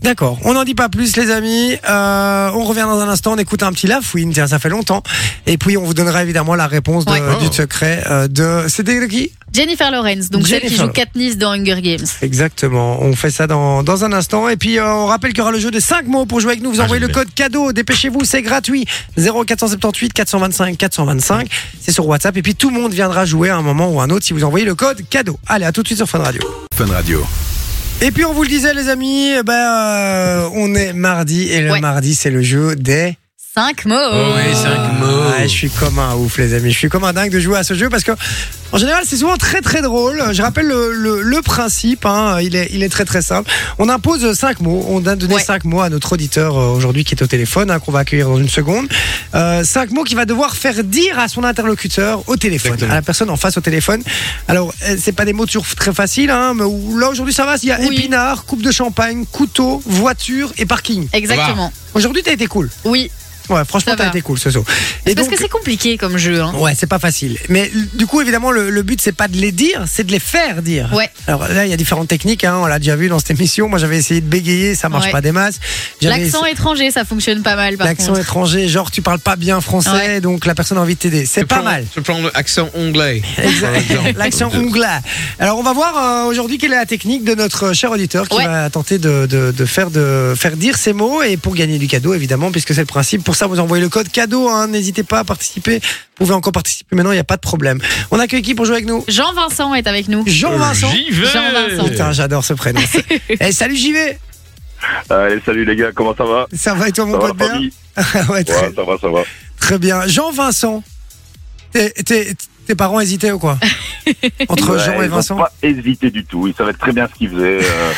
Speaker 3: D'accord. On n'en dit pas plus, les amis. Euh, on revient dans un instant. On écoute un petit Lafouine. Tiens, ça fait longtemps. Et puis, on vous donnera évidemment la réponse de-
Speaker 5: Ouais.
Speaker 4: Oh.
Speaker 3: du secret euh, de. C'était de qui
Speaker 5: Jennifer Lawrence, donc celle qui
Speaker 3: Jennifer.
Speaker 5: joue Katniss dans Hunger Games.
Speaker 3: Exactement, on fait ça dans, dans un instant. Et puis euh, on rappelle qu'il y aura le jeu des 5 mots pour jouer avec nous. Vous
Speaker 4: Ah,
Speaker 3: envoyez le
Speaker 4: j'aime
Speaker 3: code cadeau, dépêchez-vous, c'est gratuit. 0478 425 425, c'est sur WhatsApp. Et puis tout le monde viendra jouer à un moment ou à un autre si vous envoyez le code cadeau. Allez, à tout de suite sur Fun Radio.
Speaker 6: Fun Radio.
Speaker 3: Et puis on vous le disait les amis, eh ben, euh, on est mardi et le
Speaker 5: Ouais.
Speaker 3: mardi c'est le jeu des...
Speaker 5: Cinq mots.
Speaker 4: Oh oui, cinq mots.
Speaker 3: Ouais, Ah, je suis comme un ouf les amis, je suis comme un dingue de jouer à ce jeu parce que en général c'est souvent très très drôle. Je rappelle le, le- le principe, hein, il, est, il est très très simple. On impose cinq mots, on a donné
Speaker 5: Ouais.
Speaker 3: cinq mots à notre auditeur euh, aujourd'hui qui est au téléphone, hein, qu'on va accueillir dans une seconde. Euh, cinq mots qu'il va devoir faire dire à son interlocuteur au téléphone,
Speaker 4: Exactement.
Speaker 3: à la personne en face au téléphone. Alors euh, c'est pas des mots toujours très faciles, hein, mais où- là aujourd'hui ça va, il y a
Speaker 5: Oui.
Speaker 3: épinard, coupe de champagne, couteau, voiture et parking.
Speaker 5: Exactement.
Speaker 3: Aujourd'hui t'as été cool.
Speaker 5: Oui.
Speaker 3: Ouais, franchement
Speaker 5: Ça
Speaker 3: t'as
Speaker 5: va.
Speaker 3: été cool ce saut.
Speaker 5: C'est parce que c'est compliqué comme jeu. hein.
Speaker 3: Ouais, c'est pas facile. Mais l- du coup, évidemment, le, le but, c'est pas de les dire, c'est de les faire dire.
Speaker 5: Ouais.
Speaker 3: Alors là, il y a différentes techniques, hein, on l'a déjà vu dans cette émission. Moi, j'avais essayé de bégayer, ça marche
Speaker 5: Ouais.
Speaker 3: pas des masses. J'avais
Speaker 5: L'accent
Speaker 3: essa-
Speaker 5: étranger, ça fonctionne pas mal par
Speaker 3: L'accent
Speaker 5: contre.
Speaker 3: étranger, genre tu parles pas bien français,
Speaker 5: Ouais.
Speaker 3: donc la personne a envie de t'aider. C'est
Speaker 4: Je
Speaker 3: pas
Speaker 4: prends-
Speaker 3: mal.
Speaker 4: Je prends l'accent anglais. par exemple.
Speaker 3: L'accent
Speaker 4: Je-
Speaker 3: anglais. Alors on va voir euh, aujourd'hui quelle est la technique de notre cher auditeur qui
Speaker 5: Ouais.
Speaker 3: va tenter de, de- de faire de faire dire ces mots et pour gagner du cadeau évidemment puisque c'est le principe. Pour ça vous envoyez le code cadeau. hein. N'hésitez pas à participer. Vous pouvez encore participer maintenant, il n'y a pas de problème. On accueille qui pour jouer avec nous
Speaker 5: Jean-Vincent est avec nous.
Speaker 7: Euh,
Speaker 3: Jean-Vincent.
Speaker 4: J'y vais.
Speaker 5: Jean-Vincent.
Speaker 3: Putain, j'adore ce prénom. Eh, salut JV.
Speaker 7: Allez, salut les gars, comment ça va
Speaker 3: Ça va et toi mon
Speaker 7: Ça va
Speaker 3: pote
Speaker 7: la
Speaker 3: bien
Speaker 7: famille
Speaker 3: Ouais,
Speaker 7: Ouais,
Speaker 3: très,
Speaker 7: ça va, ça va.
Speaker 3: très bien. Jean-Vincent. T'es- t'es- Tes parents hésitaient ou quoi Entre
Speaker 7: Ouais,
Speaker 3: Jean
Speaker 7: ils
Speaker 3: et
Speaker 7: ont
Speaker 3: Vincent
Speaker 7: pas hésité du tout. Ils savaient très bien ce qu'ils faisaient. euh,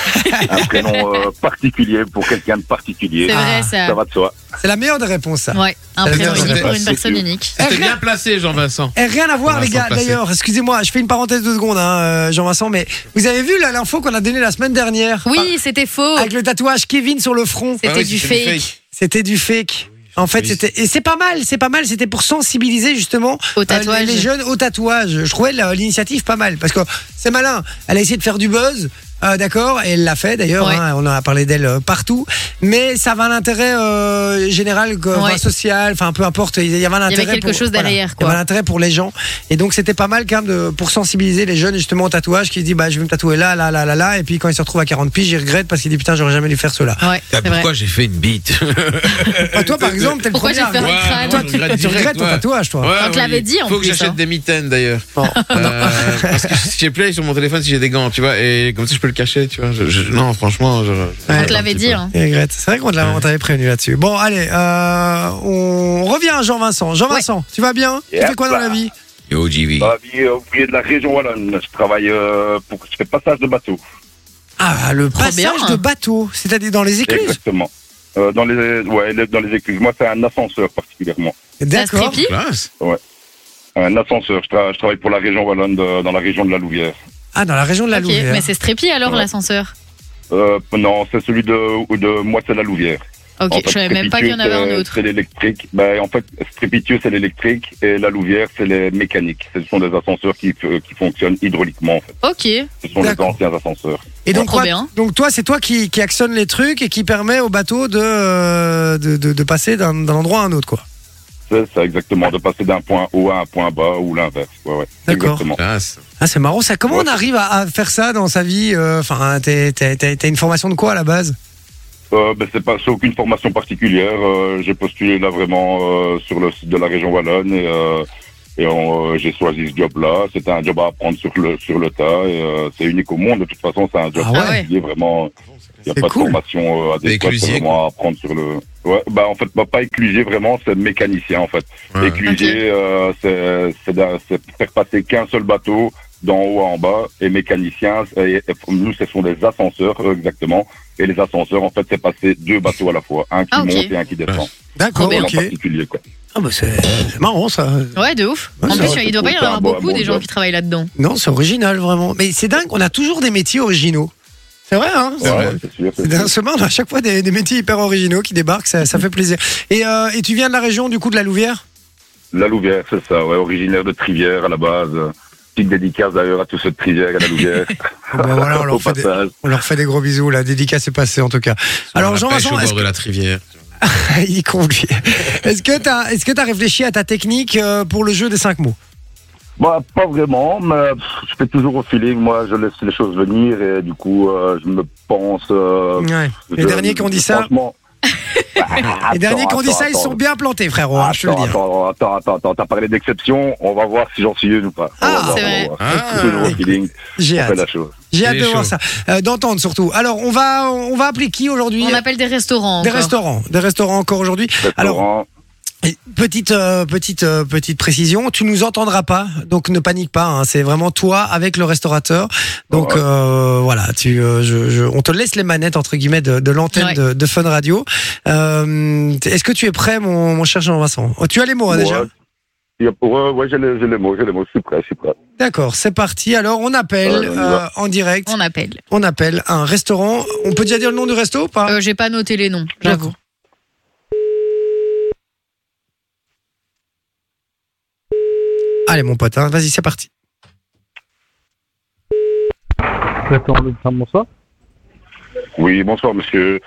Speaker 7: un prénom euh, particulier pour quelqu'un de particulier.
Speaker 5: C'est
Speaker 3: Ah,
Speaker 5: vrai
Speaker 7: Ça
Speaker 5: ça.
Speaker 7: va de soi.
Speaker 3: C'est la meilleure des réponses ça.
Speaker 5: Ouais, un
Speaker 3: Ça veut
Speaker 5: prénom
Speaker 3: dire-
Speaker 5: unique pour une
Speaker 7: ça-
Speaker 5: personne unique.
Speaker 4: C'était bien placé, Jean-Vincent.
Speaker 3: Eh, rien à voir,
Speaker 4: On va
Speaker 3: les gars.
Speaker 4: s'en passer.
Speaker 3: D'ailleurs, excusez-moi, je fais une parenthèse de secondes, hein, euh, Jean-Vincent, mais vous avez vu là, l'info qu'on a donnée la semaine dernière
Speaker 5: Oui, c'était faux.
Speaker 3: Ah, Avec le tatouage Kevin sur le front.
Speaker 5: C'était
Speaker 4: Ah oui,
Speaker 5: du
Speaker 4: c'était
Speaker 5: fake.
Speaker 3: C'était du fake. En fait,
Speaker 4: Oui.
Speaker 3: c'était et c'est pas mal, c'est pas mal. C'était pour sensibiliser justement
Speaker 5: Au
Speaker 3: euh,
Speaker 5: tatouage.
Speaker 3: les, les jeunes au tatouage. Je trouvais la- l'initiative pas mal parce que c'est malin. Elle a essayé de faire du buzz, euh, d'accord, et elle l'a fait d'ailleurs.
Speaker 5: Ouais.
Speaker 3: hein, on en a parlé d'elle euh, partout, mais ça avait un intérêt euh, général, que- enfin,
Speaker 5: Ouais.
Speaker 3: social, enfin peu importe. Il y avait un intérêt.
Speaker 5: quelque
Speaker 3: pour-
Speaker 5: chose
Speaker 3: voilà.
Speaker 5: derrière,
Speaker 3: Il y
Speaker 5: quoi.
Speaker 3: avait un intérêt pour les gens, et donc c'était pas mal quand même de- pour sensibiliser les jeunes justement au tatouage, qui se disent bah je vais me tatouer là, là, là, là, là, et puis quand ils se retrouvent à 40 piges, ils regrettent parce qu'ils disent putain j'aurais jamais dû faire cela.
Speaker 4: Ah,
Speaker 5: Ouais, c'est vrai.
Speaker 4: Pourquoi j'ai fait une bite
Speaker 3: Ah, toi par exemple, t'es le
Speaker 5: Pourquoi
Speaker 3: premier.
Speaker 5: j'ai fait
Speaker 3: à-
Speaker 5: un crâne
Speaker 3: toi, tu,
Speaker 4: je regrette
Speaker 3: tu regrettes
Speaker 4: direct,
Speaker 3: ton
Speaker 4: ouais.
Speaker 3: tatouage, toi.
Speaker 4: Ouais,
Speaker 5: On te
Speaker 4: oui.
Speaker 5: l'avait dit, en
Speaker 4: Faut que
Speaker 5: plus, hein.
Speaker 4: j'achète des mitaines d'ailleurs.
Speaker 3: Bon.
Speaker 4: Euh, parce que j'ai play sur mon téléphone si j'ai des gants, tu vois, et comme ça je peux le cacher, tu vois. Je- je- non, franchement, je,
Speaker 3: Ouais.
Speaker 5: On te l'avait dit. hein.
Speaker 3: Il regrette. C'est vrai qu'on te l'avait- on t'avait prévenu là-dessus. Bon, allez, euh, on revient à Jean-Vincent. Jean-Vincent, tu vas bien Tu
Speaker 7: Yep.
Speaker 3: fais quoi dans la vie
Speaker 4: Yo, JV.
Speaker 7: Dans la vie euh, ouvrier de la région Wallonne, je travaille euh, pour. Je fais passage de bateau.
Speaker 3: Ah, le
Speaker 5: Trop bien.
Speaker 3: passage de bateau, c'est-à-dire dans les écluses.
Speaker 7: Exactement. Euh, dans les, ouais, le- dans les écluses. Moi, c'est un ascenseur particulièrement.
Speaker 5: Ça se
Speaker 3: D'accord.
Speaker 5: trépille
Speaker 4: Classe.
Speaker 7: Un ascenseur. Je, tra- je travaille pour la région Wallonne, de- dans la région de la Louvière.
Speaker 3: Ah, dans la région de la
Speaker 5: Ok,
Speaker 3: Louvière.
Speaker 5: mais c'est strépille alors
Speaker 7: Ouais.
Speaker 5: l'ascenseur.
Speaker 7: Euh, non, c'est celui de, de moi, c'est la Louvière.
Speaker 5: Ok,
Speaker 7: En fait,
Speaker 5: je savais même pas qu'il y en avait
Speaker 7: Strépitieux,
Speaker 5: un
Speaker 7: c'est-
Speaker 5: autre.
Speaker 7: C'est l'électrique. Ben, en fait, Strépitieux, c'est l'électrique et la Louvière, c'est les mécaniques. Ce sont des ascenseurs qui, euh, qui fonctionnent hydrauliquement, en fait.
Speaker 5: Ok,
Speaker 7: Ce sont les
Speaker 3: D'accord.
Speaker 7: anciens ascenseurs.
Speaker 3: Et donc,
Speaker 5: Trop
Speaker 3: quoi-
Speaker 5: bien.
Speaker 3: donc toi, c'est toi qui, qui actionne les trucs et qui permet au bateau de, euh, de, de- de passer d'un d'un endroit à un autre, quoi.
Speaker 7: C'est ça, exactement, de passer d'un point haut à un point bas ou l'inverse. Ouais, ouais.
Speaker 3: D'accord.
Speaker 7: Exactement.
Speaker 4: Classe.
Speaker 3: Ah, c'est marrant. Ça, comment
Speaker 7: Ouais.
Speaker 3: on arrive à, à faire ça dans sa vie Euh, Enfin, t'es- t'es- t'es- t'as une formation de quoi à la base
Speaker 7: Euh, ben, c'est pas, c'est aucune formation particulière. Euh, j'ai postulé là vraiment euh, sur le site de la région Wallonne et euh, Et on- euh, j'ai choisi ce job-là. C'était un job à apprendre sur le sur le tas. Et, euh, c'est unique au monde. De toute façon, c'est un job
Speaker 3: Ah
Speaker 7: qui
Speaker 5: ouais.
Speaker 7: est lié vraiment. Il n'y a
Speaker 3: C'est
Speaker 7: pas
Speaker 3: cool.
Speaker 7: de formation euh, adéquate.
Speaker 4: Éclusier,
Speaker 7: C'est vraiment à apprendre sur le. Ouais, bah en fait, bah, pas éclusier vraiment, c'est mécanicien en fait.
Speaker 4: Ouais.
Speaker 7: Éclusier, euh, c'est- c'est d'un- c'est faire passer qu'un seul bateau d'en haut à en bas. Et mécanicien, c'est- et- et pour nous, ce sont des ascenseurs euh, exactement. Et les ascenseurs, en fait, c'est passer deux bateaux à la fois, un qui
Speaker 5: Ah, ok.
Speaker 7: monte et un qui descend.
Speaker 3: D'accord,
Speaker 5: Trop bien.
Speaker 7: En
Speaker 3: Oh, ok.
Speaker 7: particulier, quoi.
Speaker 3: Ah bah c'est c'est marrant ça.
Speaker 5: Ouais, de ouf.
Speaker 3: Ouais,
Speaker 5: en
Speaker 3: ça
Speaker 5: plus,
Speaker 7: va,
Speaker 5: il doit
Speaker 7: c'est
Speaker 5: pas y en
Speaker 7: cool,
Speaker 5: avoir
Speaker 7: c'est un bon-
Speaker 5: beaucoup
Speaker 7: bon
Speaker 5: des gens
Speaker 7: job.
Speaker 5: qui travaillent là-dedans.
Speaker 3: Non, c'est original vraiment. Mais c'est dingue, on a toujours des métiers originaux. C'est vrai, hein
Speaker 7: Ouais, c'est sûr, c'est
Speaker 3: C'est
Speaker 7: sûr.
Speaker 3: dingue, ce monde, à chaque fois des, des métiers hyper originaux qui débarquent, ça, ça fait plaisir. Et, euh, et tu viens de la région du coup de la Louvière
Speaker 7: La Louvière, c'est ça, ouais, originaire de Trivière à la base. Petite dédicace d'ailleurs à tous ceux de Trivière et de la Louvière.
Speaker 3: Bon, ben voilà, on,
Speaker 7: Au
Speaker 3: leur fait des,
Speaker 7: passage.
Speaker 3: on leur fait des gros bisous, la dédicace est passée en tout cas. Alors
Speaker 4: La pêche
Speaker 3: Jean-Vincent,
Speaker 4: au
Speaker 3: est-ce
Speaker 4: bord de la rivière.
Speaker 3: que- il compte lui. Est-ce que tu as, est réfléchi à ta technique euh, pour le jeu des cinq mots
Speaker 7: Bah, pas vraiment, mais pff, je fais toujours au feeling. Moi, je laisse les choses venir et du coup, euh, je me pense. euh,
Speaker 3: Ouais. Les
Speaker 7: je-
Speaker 3: derniers qui ont dit ça,
Speaker 7: franchement- Ah,
Speaker 3: les derniers qui ont dit
Speaker 7: Attends,
Speaker 3: ça, ils
Speaker 7: attends.
Speaker 3: sont bien plantés frérot, hein, je te le
Speaker 7: Attends,
Speaker 3: dis.
Speaker 7: attends, attends, attends, attends, t'as parlé d'exception, on va voir si j'en suis une ou pas.
Speaker 3: Ah,
Speaker 7: On va voir,
Speaker 5: c'est
Speaker 7: on va
Speaker 5: vrai.
Speaker 7: voir.
Speaker 4: Ah.
Speaker 7: toujours au feeling,
Speaker 3: J'ai
Speaker 7: on fait
Speaker 3: hâte,
Speaker 7: la chose.
Speaker 3: j'ai hâte
Speaker 4: Il
Speaker 3: de
Speaker 4: est
Speaker 3: voir
Speaker 4: chaud.
Speaker 3: ça, Euh, d'entendre surtout. Alors on va, on va appeler qui aujourd'hui
Speaker 5: On appelle des restaurants.
Speaker 3: Des
Speaker 5: encore.
Speaker 3: restaurants, des restaurants encore aujourd'hui. Alors
Speaker 7: Restaurant,
Speaker 3: Et petite euh, petite euh, petite précision, tu nous entendras pas, donc ne panique pas. hein, c'est vraiment toi avec le restaurateur. Donc
Speaker 7: Ouais.
Speaker 3: euh, voilà, tu, euh, je, je- on te laisse les manettes entre guillemets de, de l'antenne
Speaker 5: Ouais.
Speaker 3: de, de Fun Radio. Euh, Est-ce que tu es prêt, mon, mon cher Jean-Vincent Oh, Tu as les mots hein, déjà.
Speaker 7: Ouais. Il y a- Ouais, ouais, j'ai les, j'ai les mots, j'ai les mots, je suis prêt, je suis prêt.
Speaker 3: D'accord, c'est parti. Alors on appelle
Speaker 7: Ouais, on y
Speaker 3: euh, en direct.
Speaker 5: On appelle.
Speaker 3: On appelle un restaurant. On peut déjà dire le nom du resto ou pas
Speaker 5: Euh, J'ai pas noté les noms, j'avoue.
Speaker 3: Allez mon pote, hein, vas-y c'est parti.
Speaker 7: Oui, bonsoir monsieur.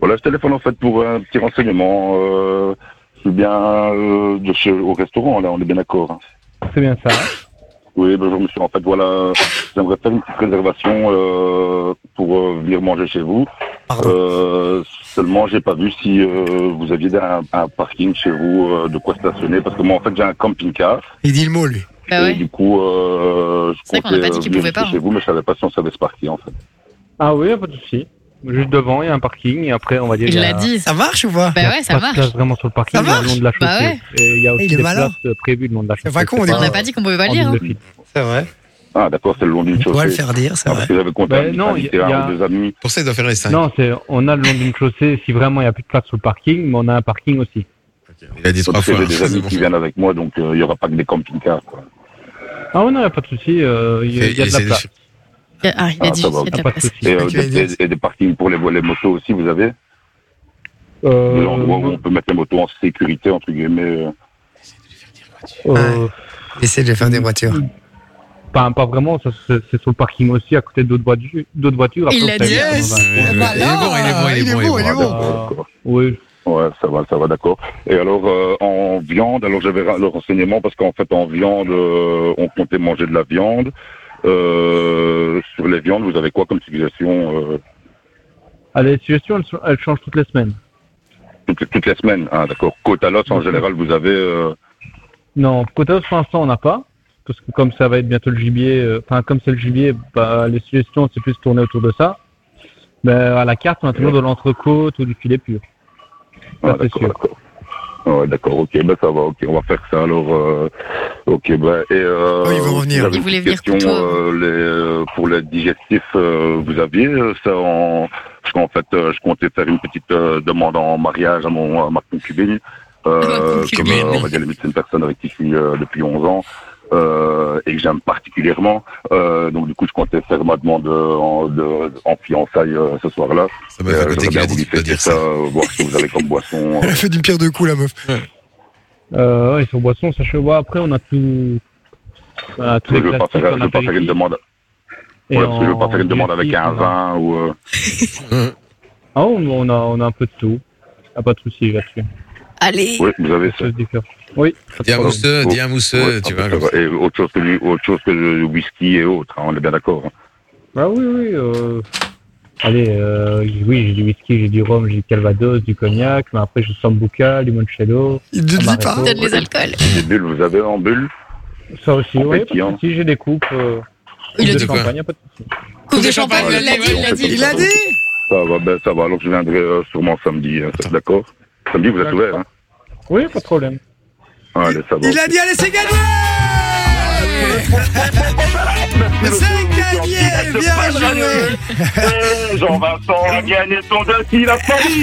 Speaker 7: Voilà, je téléphone en fait pour un petit renseignement. Euh, je suis bien euh, de chez, au restaurant, là, on est bien d'accord. hein.
Speaker 6: C'est bien ça.
Speaker 7: Oui, bonjour monsieur. En fait, voilà, j'aimerais faire une petite réservation euh, pour euh, venir manger chez vous.
Speaker 3: Pardon.
Speaker 7: Euh, seulement, j'ai pas vu si euh, vous aviez un, un parking chez vous, euh, de quoi stationner, parce que moi, en fait, j'ai un camping-car.
Speaker 3: Il dit le mot lui.
Speaker 5: Bah
Speaker 7: Et
Speaker 5: ouais.
Speaker 7: du coup, euh, je
Speaker 5: C'est vrai qu'on n'a
Speaker 7: comptais
Speaker 5: pas dit qu'il
Speaker 7: venir
Speaker 5: pouvait pas, hein.
Speaker 7: jusque chez vous, mais je savais pas si on savait se parquer, en fait.
Speaker 6: Ah oui, pas de souci. Juste devant, il y a un parking et après, on va dire.
Speaker 5: Il
Speaker 6: y a-
Speaker 5: l'a dit.
Speaker 3: Ça marche ou pas
Speaker 6: il y a
Speaker 5: Bah ouais, ça
Speaker 6: pas de
Speaker 5: marche.
Speaker 6: place vraiment sur le parking,
Speaker 3: Ça
Speaker 6: il y a le
Speaker 3: marche
Speaker 6: long de la
Speaker 5: Bah
Speaker 6: chaussée. Et il y a
Speaker 3: Il
Speaker 6: aussi
Speaker 3: est
Speaker 6: des
Speaker 3: malin.
Speaker 6: places euh, prévues le long de la chaussée.
Speaker 3: pas con, on est
Speaker 5: On n'a
Speaker 3: Ah.
Speaker 5: pas dit qu'on pouvait pas
Speaker 6: en
Speaker 5: lire. hein.
Speaker 6: ligne de fuite.
Speaker 3: C'est vrai.
Speaker 7: Ah, d'accord, c'est le long d'une
Speaker 3: On va le
Speaker 7: chaussée.
Speaker 3: faire dire, c'est
Speaker 7: Ah,
Speaker 3: vrai.
Speaker 7: parce que j'avais compté
Speaker 6: Ben
Speaker 7: un-
Speaker 6: non,
Speaker 7: un-
Speaker 6: y a- y a-
Speaker 7: un ou deux amis.
Speaker 4: Pour ça, il doit faire les 5.
Speaker 6: Non, c'est, on a le long d'une chaussée si vraiment il n'y a plus de place sur le parking, mais on a un parking aussi.
Speaker 4: Il a dit trois
Speaker 7: Parce que
Speaker 4: fois.
Speaker 7: j'ai des amis qui
Speaker 4: C'est
Speaker 7: viennent avec moi, donc euh, il y aura pas que des camping-cars. quoi.
Speaker 6: Ah oui, non, il n'y a pas de souci, euh, il y a- il y a de la place.
Speaker 5: Ah, il a
Speaker 7: Ah,
Speaker 5: dit
Speaker 7: ça
Speaker 5: il y
Speaker 7: va,
Speaker 5: a de
Speaker 6: Il y
Speaker 5: la
Speaker 6: a pas de
Speaker 5: place.
Speaker 6: souci.
Speaker 7: Et, euh,
Speaker 3: crois qu'il
Speaker 7: des,
Speaker 3: allait dire
Speaker 7: et- et des parkings pour les, les motos aussi, vous avez Des
Speaker 6: Euh,
Speaker 7: endroits où on peut mettre les motos en sécurité, entre guillemets. euh.
Speaker 6: euh,
Speaker 3: Essaye de faire des voitures.
Speaker 6: pas, pas vraiment, ça, c'est, c'est sur le parking aussi, à côté d'autres voitures. D'autres voitures
Speaker 5: Il
Speaker 6: Après,
Speaker 5: l'a
Speaker 6: vous
Speaker 5: dit.
Speaker 6: allez
Speaker 3: Yes.
Speaker 6: dans un- euh,
Speaker 4: Il est bon, il est bon, il est bon, il est bon.
Speaker 3: il est
Speaker 7: Ah,
Speaker 3: bon.
Speaker 7: d'accord, d'accord.
Speaker 6: Oui,
Speaker 7: Ouais, ça va, ça va, d'accord. Et alors, euh, en viande, alors j'avais ra- le renseignement parce qu'en fait, en viande, euh, on comptait manger de la viande. Euh, sur les viandes, vous avez quoi comme suggestion euh,
Speaker 6: Ah, les suggestions, elles, sont- elles changent toutes les semaines.
Speaker 7: toutes, toutes les semaines hein, D'accord. Côte à
Speaker 6: Mhm.
Speaker 7: l'os, en général, vous avez... euh,
Speaker 6: Non, quota pour l'instant on n'a pas. Parce que comme ça va être bientôt le gibier, euh, enfin comme c'est le gibier, bah, les suggestions c'est plus tourné autour de ça. Mais à la carte on a toujours de l'entrecôte ou du filet pur.
Speaker 7: ah,
Speaker 6: Ça, c'est
Speaker 7: d'accord,
Speaker 6: sûr.
Speaker 7: d'accord. Ouais, d'accord, ok, ben ça va, ok, on va faire ça alors. euh, ok, ben, et. Euh,
Speaker 3: Oh, ils vont revenir.
Speaker 7: j'avais
Speaker 5: Ils
Speaker 7: une
Speaker 5: voulaient venir
Speaker 7: petite question,
Speaker 5: plutôt avant.
Speaker 7: euh, les, euh, Pour le digestif, euh, vous aviez euh, ça en. Parce qu'en fait, euh, je comptais faire une petite euh, demande en mariage à, mon, à ma concubine.
Speaker 5: À ma
Speaker 7: Euh, comme
Speaker 5: concubine.
Speaker 7: euh, on va dire limite, c'est une personne avec qui je suis euh, depuis 11 ans euh, et que j'aime particulièrement. Euh, donc du coup, je comptais faire ma demande euh, en, de, en fiançailles euh, ce soir-là.
Speaker 4: Ça m'a fait
Speaker 7: Euh,
Speaker 4: péter qu'il
Speaker 7: j'aurais
Speaker 4: a
Speaker 7: bien
Speaker 4: dit
Speaker 7: voulu
Speaker 4: de pas
Speaker 7: tester
Speaker 4: dire
Speaker 7: ça,
Speaker 4: ça.
Speaker 7: euh, voir ce que vous avez comme boisson. euh,
Speaker 3: Elle fait d'une pierre deux coups, la meuf.
Speaker 6: Euh, et sur boisson, sachez voir après on a tout. on a tout
Speaker 7: Je veux
Speaker 6: le
Speaker 7: pas
Speaker 6: classique
Speaker 7: faire,
Speaker 6: en
Speaker 7: je veux pas faire une
Speaker 6: apéritif
Speaker 7: demande.
Speaker 6: et
Speaker 7: Ouais, parce que je veux pas
Speaker 6: en
Speaker 7: faire une demande avec
Speaker 6: digestif,
Speaker 7: un
Speaker 6: on a-
Speaker 7: vin ou. euh,
Speaker 6: Ah on on a, on a un peu de tout. Ah, pas de souci là-dessus.
Speaker 2: Allez,
Speaker 7: Oui, vous avez ça.
Speaker 6: Ça se diffère. Oui. pas de
Speaker 4: Dis un
Speaker 6: problème.
Speaker 4: mousseux, dis un mousseux,
Speaker 7: Ouais,
Speaker 4: tu
Speaker 7: ça
Speaker 4: vois.
Speaker 7: va.
Speaker 4: comme ça.
Speaker 7: Et autre chose que du, autre chose que le whisky et autres, hein, on est bien d'accord. hein.
Speaker 6: Ah oui, oui. Euh... Allez, euh, oui, j'ai du whisky, j'ai du rhum, j'ai du calvados, du cognac, mais après j'ai du sambuca, du moncello.
Speaker 3: Il ne
Speaker 6: Ah
Speaker 3: dit
Speaker 6: bah,
Speaker 3: pas.
Speaker 6: raison.
Speaker 5: Donne les alcools.
Speaker 7: Des bulles, vous avez en bulle
Speaker 6: Ça aussi,
Speaker 7: En
Speaker 6: oui.
Speaker 7: pétillant.
Speaker 6: Si j'ai des coupes euh,
Speaker 4: Il a
Speaker 6: de
Speaker 4: dit quoi
Speaker 6: champagne, y a pas de souci.
Speaker 4: Coupe
Speaker 8: Coupe
Speaker 4: de
Speaker 8: de champagne,
Speaker 4: champagne,
Speaker 8: il l'a dit, il l'a dit.
Speaker 3: Il a dit
Speaker 7: Ça va, ben, ça va. Alors je viendrai euh, sûrement samedi, hein, ça, d'accord Samedi, vous êtes
Speaker 6: D'accord.
Speaker 7: ouvert, hein
Speaker 6: Oui, pas de problème.
Speaker 7: Allez, ça va.
Speaker 3: Il a dit allez c'est gagné C'est gagné Bien joué
Speaker 7: Eh, Jean-Vincent a gagné son dossier, il a failli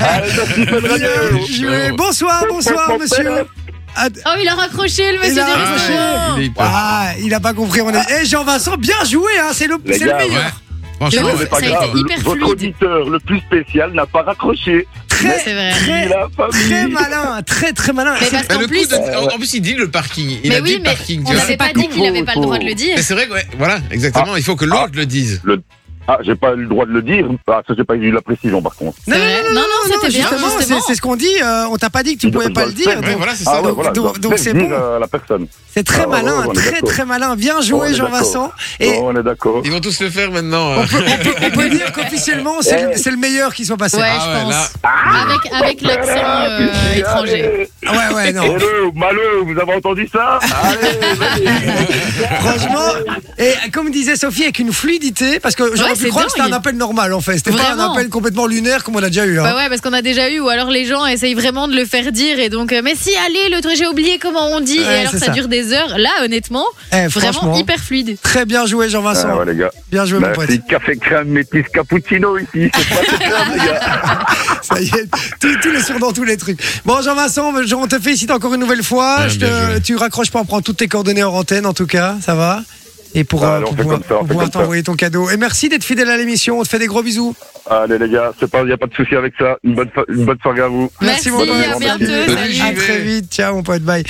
Speaker 7: Allez, ça, c'est une bonne radio.
Speaker 3: Bien joué Bonsoir, bonsoir monsieur Ah,
Speaker 5: Oh, il a raccroché le
Speaker 3: Il
Speaker 5: monsieur
Speaker 3: a
Speaker 5: des
Speaker 3: raccroché.
Speaker 5: restaurants.
Speaker 4: Il est hyper-
Speaker 3: Ah, il a pas compris. On est... Eh, Jean-Vincent, bien joué, hein, c'est le,
Speaker 7: Les
Speaker 3: c'est le
Speaker 7: gars,
Speaker 3: meilleur.
Speaker 4: Ouais. Franchement,
Speaker 5: Mais ouf,
Speaker 4: ouais.
Speaker 7: C'est pas
Speaker 5: ça a
Speaker 7: grave.
Speaker 5: été hyper
Speaker 7: Votre
Speaker 5: fluide.
Speaker 7: auditeur le plus spécial n'a pas raccroché.
Speaker 3: Très,
Speaker 5: C'est vrai.
Speaker 3: très,
Speaker 7: Il a failli.
Speaker 3: très malin, très, très malin.
Speaker 5: Mais
Speaker 3: C'est-
Speaker 5: parce
Speaker 4: Mais
Speaker 5: qu'en
Speaker 4: Bah, le coup
Speaker 5: plus.
Speaker 4: de- en, en plus, il dit le parking. Il
Speaker 5: mais
Speaker 4: a dit
Speaker 5: oui,
Speaker 4: le
Speaker 5: mais
Speaker 4: parking,
Speaker 5: on
Speaker 4: tu vois.
Speaker 5: n'avait pas dit qu'il n'avait pas le droit de le dire.
Speaker 4: Mais c'est vrai que, ouais, voilà, exactement. Il faut que l'autre le dise.
Speaker 7: Ah, j'ai pas le droit de le dire. Ah, ça, j'ai pas eu la précision, par contre.
Speaker 5: c'est vrai. Non, non, c'était bien,
Speaker 3: justement,
Speaker 5: justement.
Speaker 3: c'est- C'est ce qu'on dit. euh, on t'a pas dit que tu
Speaker 7: Il doit
Speaker 3: pouvais
Speaker 7: le
Speaker 3: pas le dire.
Speaker 7: faire,
Speaker 4: Ouais,
Speaker 3: donc
Speaker 4: voilà, c'est
Speaker 7: Ah
Speaker 4: ça.
Speaker 7: ouais,
Speaker 3: donc-
Speaker 7: voilà,
Speaker 3: donc-
Speaker 7: je dois
Speaker 3: donc
Speaker 7: le
Speaker 3: c'est
Speaker 7: dire
Speaker 3: bon.
Speaker 7: à la personne.
Speaker 3: C'est très
Speaker 7: Ah, ouais,
Speaker 3: malin, hein,
Speaker 7: ouais, on est
Speaker 3: très,
Speaker 7: d'accord.
Speaker 3: très malin. Bien
Speaker 7: Ouais,
Speaker 3: joué,
Speaker 7: on est Oh.
Speaker 3: Jean-Vincent. Et
Speaker 7: Ouais, on est d'accord.
Speaker 4: Ils vont tous le faire maintenant.
Speaker 3: on
Speaker 4: euh.
Speaker 3: peut, on peut- on peut dire qu'officiellement, c'est le, c'est le meilleur qui soit passé.
Speaker 5: Ouais,
Speaker 4: Ah ouais,
Speaker 5: je pense.
Speaker 4: là.
Speaker 5: Avec, avec
Speaker 7: Ah,
Speaker 5: l'accent euh,
Speaker 7: Allez,
Speaker 5: étranger.
Speaker 3: Ah Ouais, ouais, non.
Speaker 7: Hello, malheureux, vous avez entendu ça Allez, vas-y.
Speaker 3: Franchement, et comme disait Sophie, avec une fluidité, parce que j'aurais
Speaker 5: Ouais,
Speaker 3: pu
Speaker 5: c'est
Speaker 3: croire que c'était
Speaker 5: dingue.
Speaker 3: un appel normal en fait. C'était pas un
Speaker 5: Vraiment.
Speaker 3: appel complètement lunaire comme on a déjà eu. hein.
Speaker 5: Bah ouais, parce qu'on a déjà eu, ou alors les gens essayent vraiment de le faire dire, et donc, euh, mais si, allez, le truc, j'ai oublié comment on dit, et
Speaker 3: Ouais,
Speaker 5: alors
Speaker 3: c'est
Speaker 5: ça,
Speaker 3: ça.
Speaker 5: dure des heures. Là, honnêtement,
Speaker 3: Eh,
Speaker 5: vraiment
Speaker 3: franchement,
Speaker 5: hyper fluide.
Speaker 3: très bien joué,
Speaker 7: Ah
Speaker 3: Jean-Vincent.
Speaker 7: ouais, les gars.
Speaker 3: Bien joué, mon pote.
Speaker 7: Merci, café crème, métis, cappuccino ici. C'est pas de crème, les gars.
Speaker 3: Ça y est, tous, tous les surnoms, tous les trucs. Bon, Jean-Vincent, je- on te félicite encore une nouvelle fois.
Speaker 4: Ouais,
Speaker 3: Je
Speaker 4: bien
Speaker 3: te,
Speaker 4: joué.
Speaker 3: tu raccroches pas, on prend toutes tes coordonnées en antenne, en tout cas, ça va et pour,
Speaker 7: Ah,
Speaker 3: euh,
Speaker 7: allez, on
Speaker 3: pour
Speaker 7: fait
Speaker 3: pouvoir,
Speaker 7: comme ça, on
Speaker 3: pour
Speaker 7: fait
Speaker 3: pouvoir
Speaker 7: comme ça.
Speaker 3: t'envoyer ton cadeau. Et merci d'être fidèle à l'émission. On te fait des gros bisous.
Speaker 7: Allez, les gars, c'est pas, y a pas de souci avec ça. Une bonne, fa- une bonne soirée à vous.
Speaker 5: Merci,
Speaker 3: mon pote.
Speaker 5: à bientôt.
Speaker 4: Salut.
Speaker 5: salut.
Speaker 4: J'y
Speaker 3: bah, À
Speaker 4: vais.
Speaker 3: très vite. Ciao, mon pote. Bye.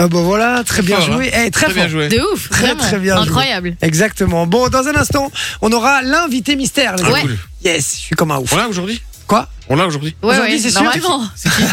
Speaker 3: Euh, bon, voilà. Très bien
Speaker 4: fort,
Speaker 3: joué. Eh, très
Speaker 4: Très bien
Speaker 3: fort.
Speaker 4: joué.
Speaker 5: De ouf,
Speaker 3: Très,
Speaker 5: vraiment.
Speaker 3: très bien joué.
Speaker 5: Incroyable.
Speaker 3: Exactement. Bon, dans un instant, on aura l'invité mystère. les
Speaker 4: Ah,
Speaker 3: amis.
Speaker 4: cool.
Speaker 3: Yes, je suis comme un ouf.
Speaker 4: On l'a aujourd'hui
Speaker 3: Quoi
Speaker 4: On l'a aujourd'hui
Speaker 5: Ouais,
Speaker 3: Aujourd'hui,
Speaker 5: ouais,
Speaker 3: c'est sûr
Speaker 5: normalement.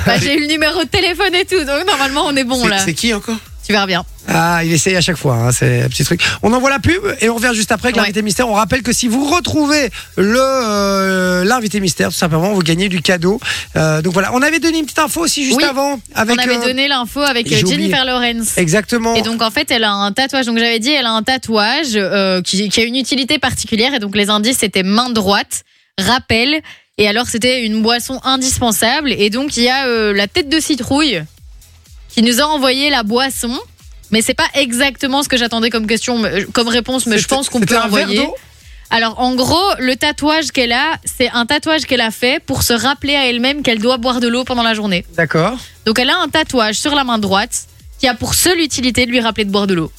Speaker 5: Bah, j'ai eu le numéro de téléphone et tout, donc normalement, on est bon
Speaker 4: C'est-
Speaker 5: là.
Speaker 4: C'est qui encore
Speaker 5: Tu verras bien.
Speaker 3: Ah, il essaye à chaque fois, hein, c'est un petit truc. On envoie la pub et on revient juste après avec
Speaker 5: Ouais.
Speaker 3: l'invité mystère. On rappelle que si vous retrouvez le euh, l'invité mystère, tout simplement, vous gagnez du cadeau. Euh, donc voilà, on avait donné une petite info aussi juste
Speaker 5: Oui.
Speaker 3: avant avec.
Speaker 5: On avait
Speaker 3: euh,
Speaker 5: donné l'info avec
Speaker 3: j'ai
Speaker 5: euh,
Speaker 3: oublié.
Speaker 5: Jennifer Lawrence.
Speaker 3: Exactement.
Speaker 5: Et donc en fait, elle a un tatouage. Donc j'avais dit, elle a un tatouage euh, qui, qui a une utilité particulière. Et donc les indices c'était main droite, rappel. Et alors c'était une boisson indispensable. Et donc il y a euh, la tête de citrouille qui nous a envoyé la boisson. Mais c'est pas exactement ce que j'attendais comme question, mais- euh, comme réponse. Mais je
Speaker 3: C'était-
Speaker 5: pense qu'on
Speaker 3: c'était
Speaker 5: peut
Speaker 3: un verre
Speaker 5: envoyer.
Speaker 3: d'eau
Speaker 5: Alors en gros, le tatouage qu'elle a, c'est un tatouage qu'elle a fait pour se rappeler à elle-même qu'elle doit boire de l'eau pendant la journée.
Speaker 3: D'accord.
Speaker 5: Donc elle a un tatouage sur la main droite qui a pour seule utilité de lui rappeler de boire de l'eau.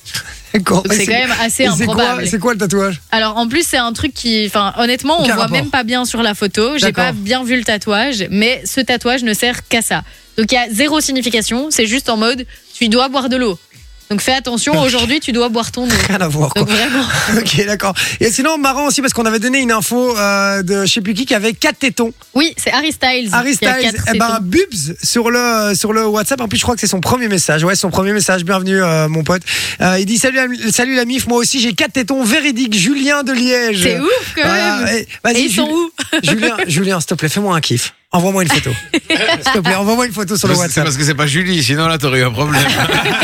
Speaker 3: D'accord.
Speaker 5: Donc c'est
Speaker 3: Et
Speaker 5: quand même assez
Speaker 3: et c'est quoi,
Speaker 5: improbable.
Speaker 3: c'est quoi le tatouage
Speaker 5: Alors en plus c'est un truc qui, enfin honnêtement, on
Speaker 3: Aucun
Speaker 5: voit
Speaker 3: rapport.
Speaker 5: même pas bien sur la photo. J'ai
Speaker 3: D'accord.
Speaker 5: pas bien vu le tatouage, mais ce tatouage ne sert qu'à ça. Donc il y a zéro signification. C'est juste en mode tu dois boire de l'eau. Donc fais attention aujourd'hui tu dois boire ton eau.
Speaker 3: Rien à voir. Quoi.
Speaker 5: Donc vraiment.
Speaker 3: ok, d'accord. Et sinon, marrant aussi parce qu'on avait donné une info euh, de je sais plus qui qui avait quatre tétons.
Speaker 5: Oui c'est Harry Styles.
Speaker 3: Harry
Speaker 5: qui a
Speaker 3: Styles,
Speaker 5: quatre
Speaker 3: eh ben,
Speaker 5: tétons.
Speaker 3: Bubs sur le, sur le WhatsApp. En plus, je crois que c'est son premier message. Ouais, son premier message. Bienvenue, euh, mon pote. Euh, il dit Salut, la- salut la MIF. Moi aussi, j'ai quatre tétons véridiques. Julien de Liège.
Speaker 5: C'est ouf quand
Speaker 3: Voilà,
Speaker 5: même.
Speaker 3: eh, vas-y,
Speaker 5: Et ils sont
Speaker 3: Jul-
Speaker 5: où
Speaker 3: Julien, Julien, s'il te plaît, fais-moi un kiff. Envoie-moi une photo. s'il te plaît, envoie-moi une photo sur le
Speaker 4: C'est
Speaker 3: WhatsApp.
Speaker 4: parce que c'est pas Julie, sinon là t'aurais eu un problème.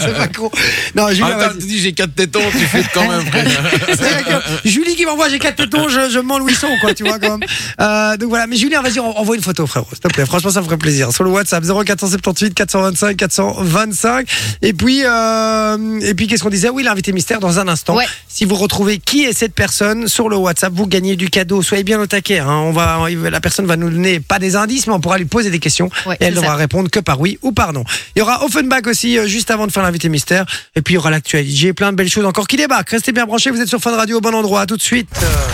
Speaker 3: C'est pas con. Non, Julien,
Speaker 4: Attends,
Speaker 3: vas-y.
Speaker 4: tu dis j'ai quatre tétons, tu fais quand même. frère.
Speaker 3: C'est vrai que Julie qui m'envoie, j'ai quatre tétons, je, je mens Louisson, quoi, tu vois, quand même. Euh, donc voilà, mais Julien, vas-y, en- envoie une photo, frérot, s'il te plaît. Franchement, ça me ferait plaisir. Sur le WhatsApp, 0478 425 425. Et puis, euh, et puis qu'est-ce qu'on disait Oui, l'invité mystère dans un instant.
Speaker 5: Ouais.
Speaker 3: Si vous retrouvez qui est cette personne sur le WhatsApp, vous gagnez du cadeau. Soyez bien au taquet. hein. On va, la personne va nous donner pas des indices, mais on pourra lui poser des questions.
Speaker 5: Ouais,
Speaker 3: Et elle
Speaker 5: c'est
Speaker 3: devra répondre que par oui ou par non. Il y aura Offenbach aussi, euh, juste avant de faire l'invité mystère. Et puis, il y aura l'actualité. Plein de belles choses encore qui débarquent. Restez bien branchés. Vous êtes sur Fun Radio, au bon endroit. À tout de suite. Euh,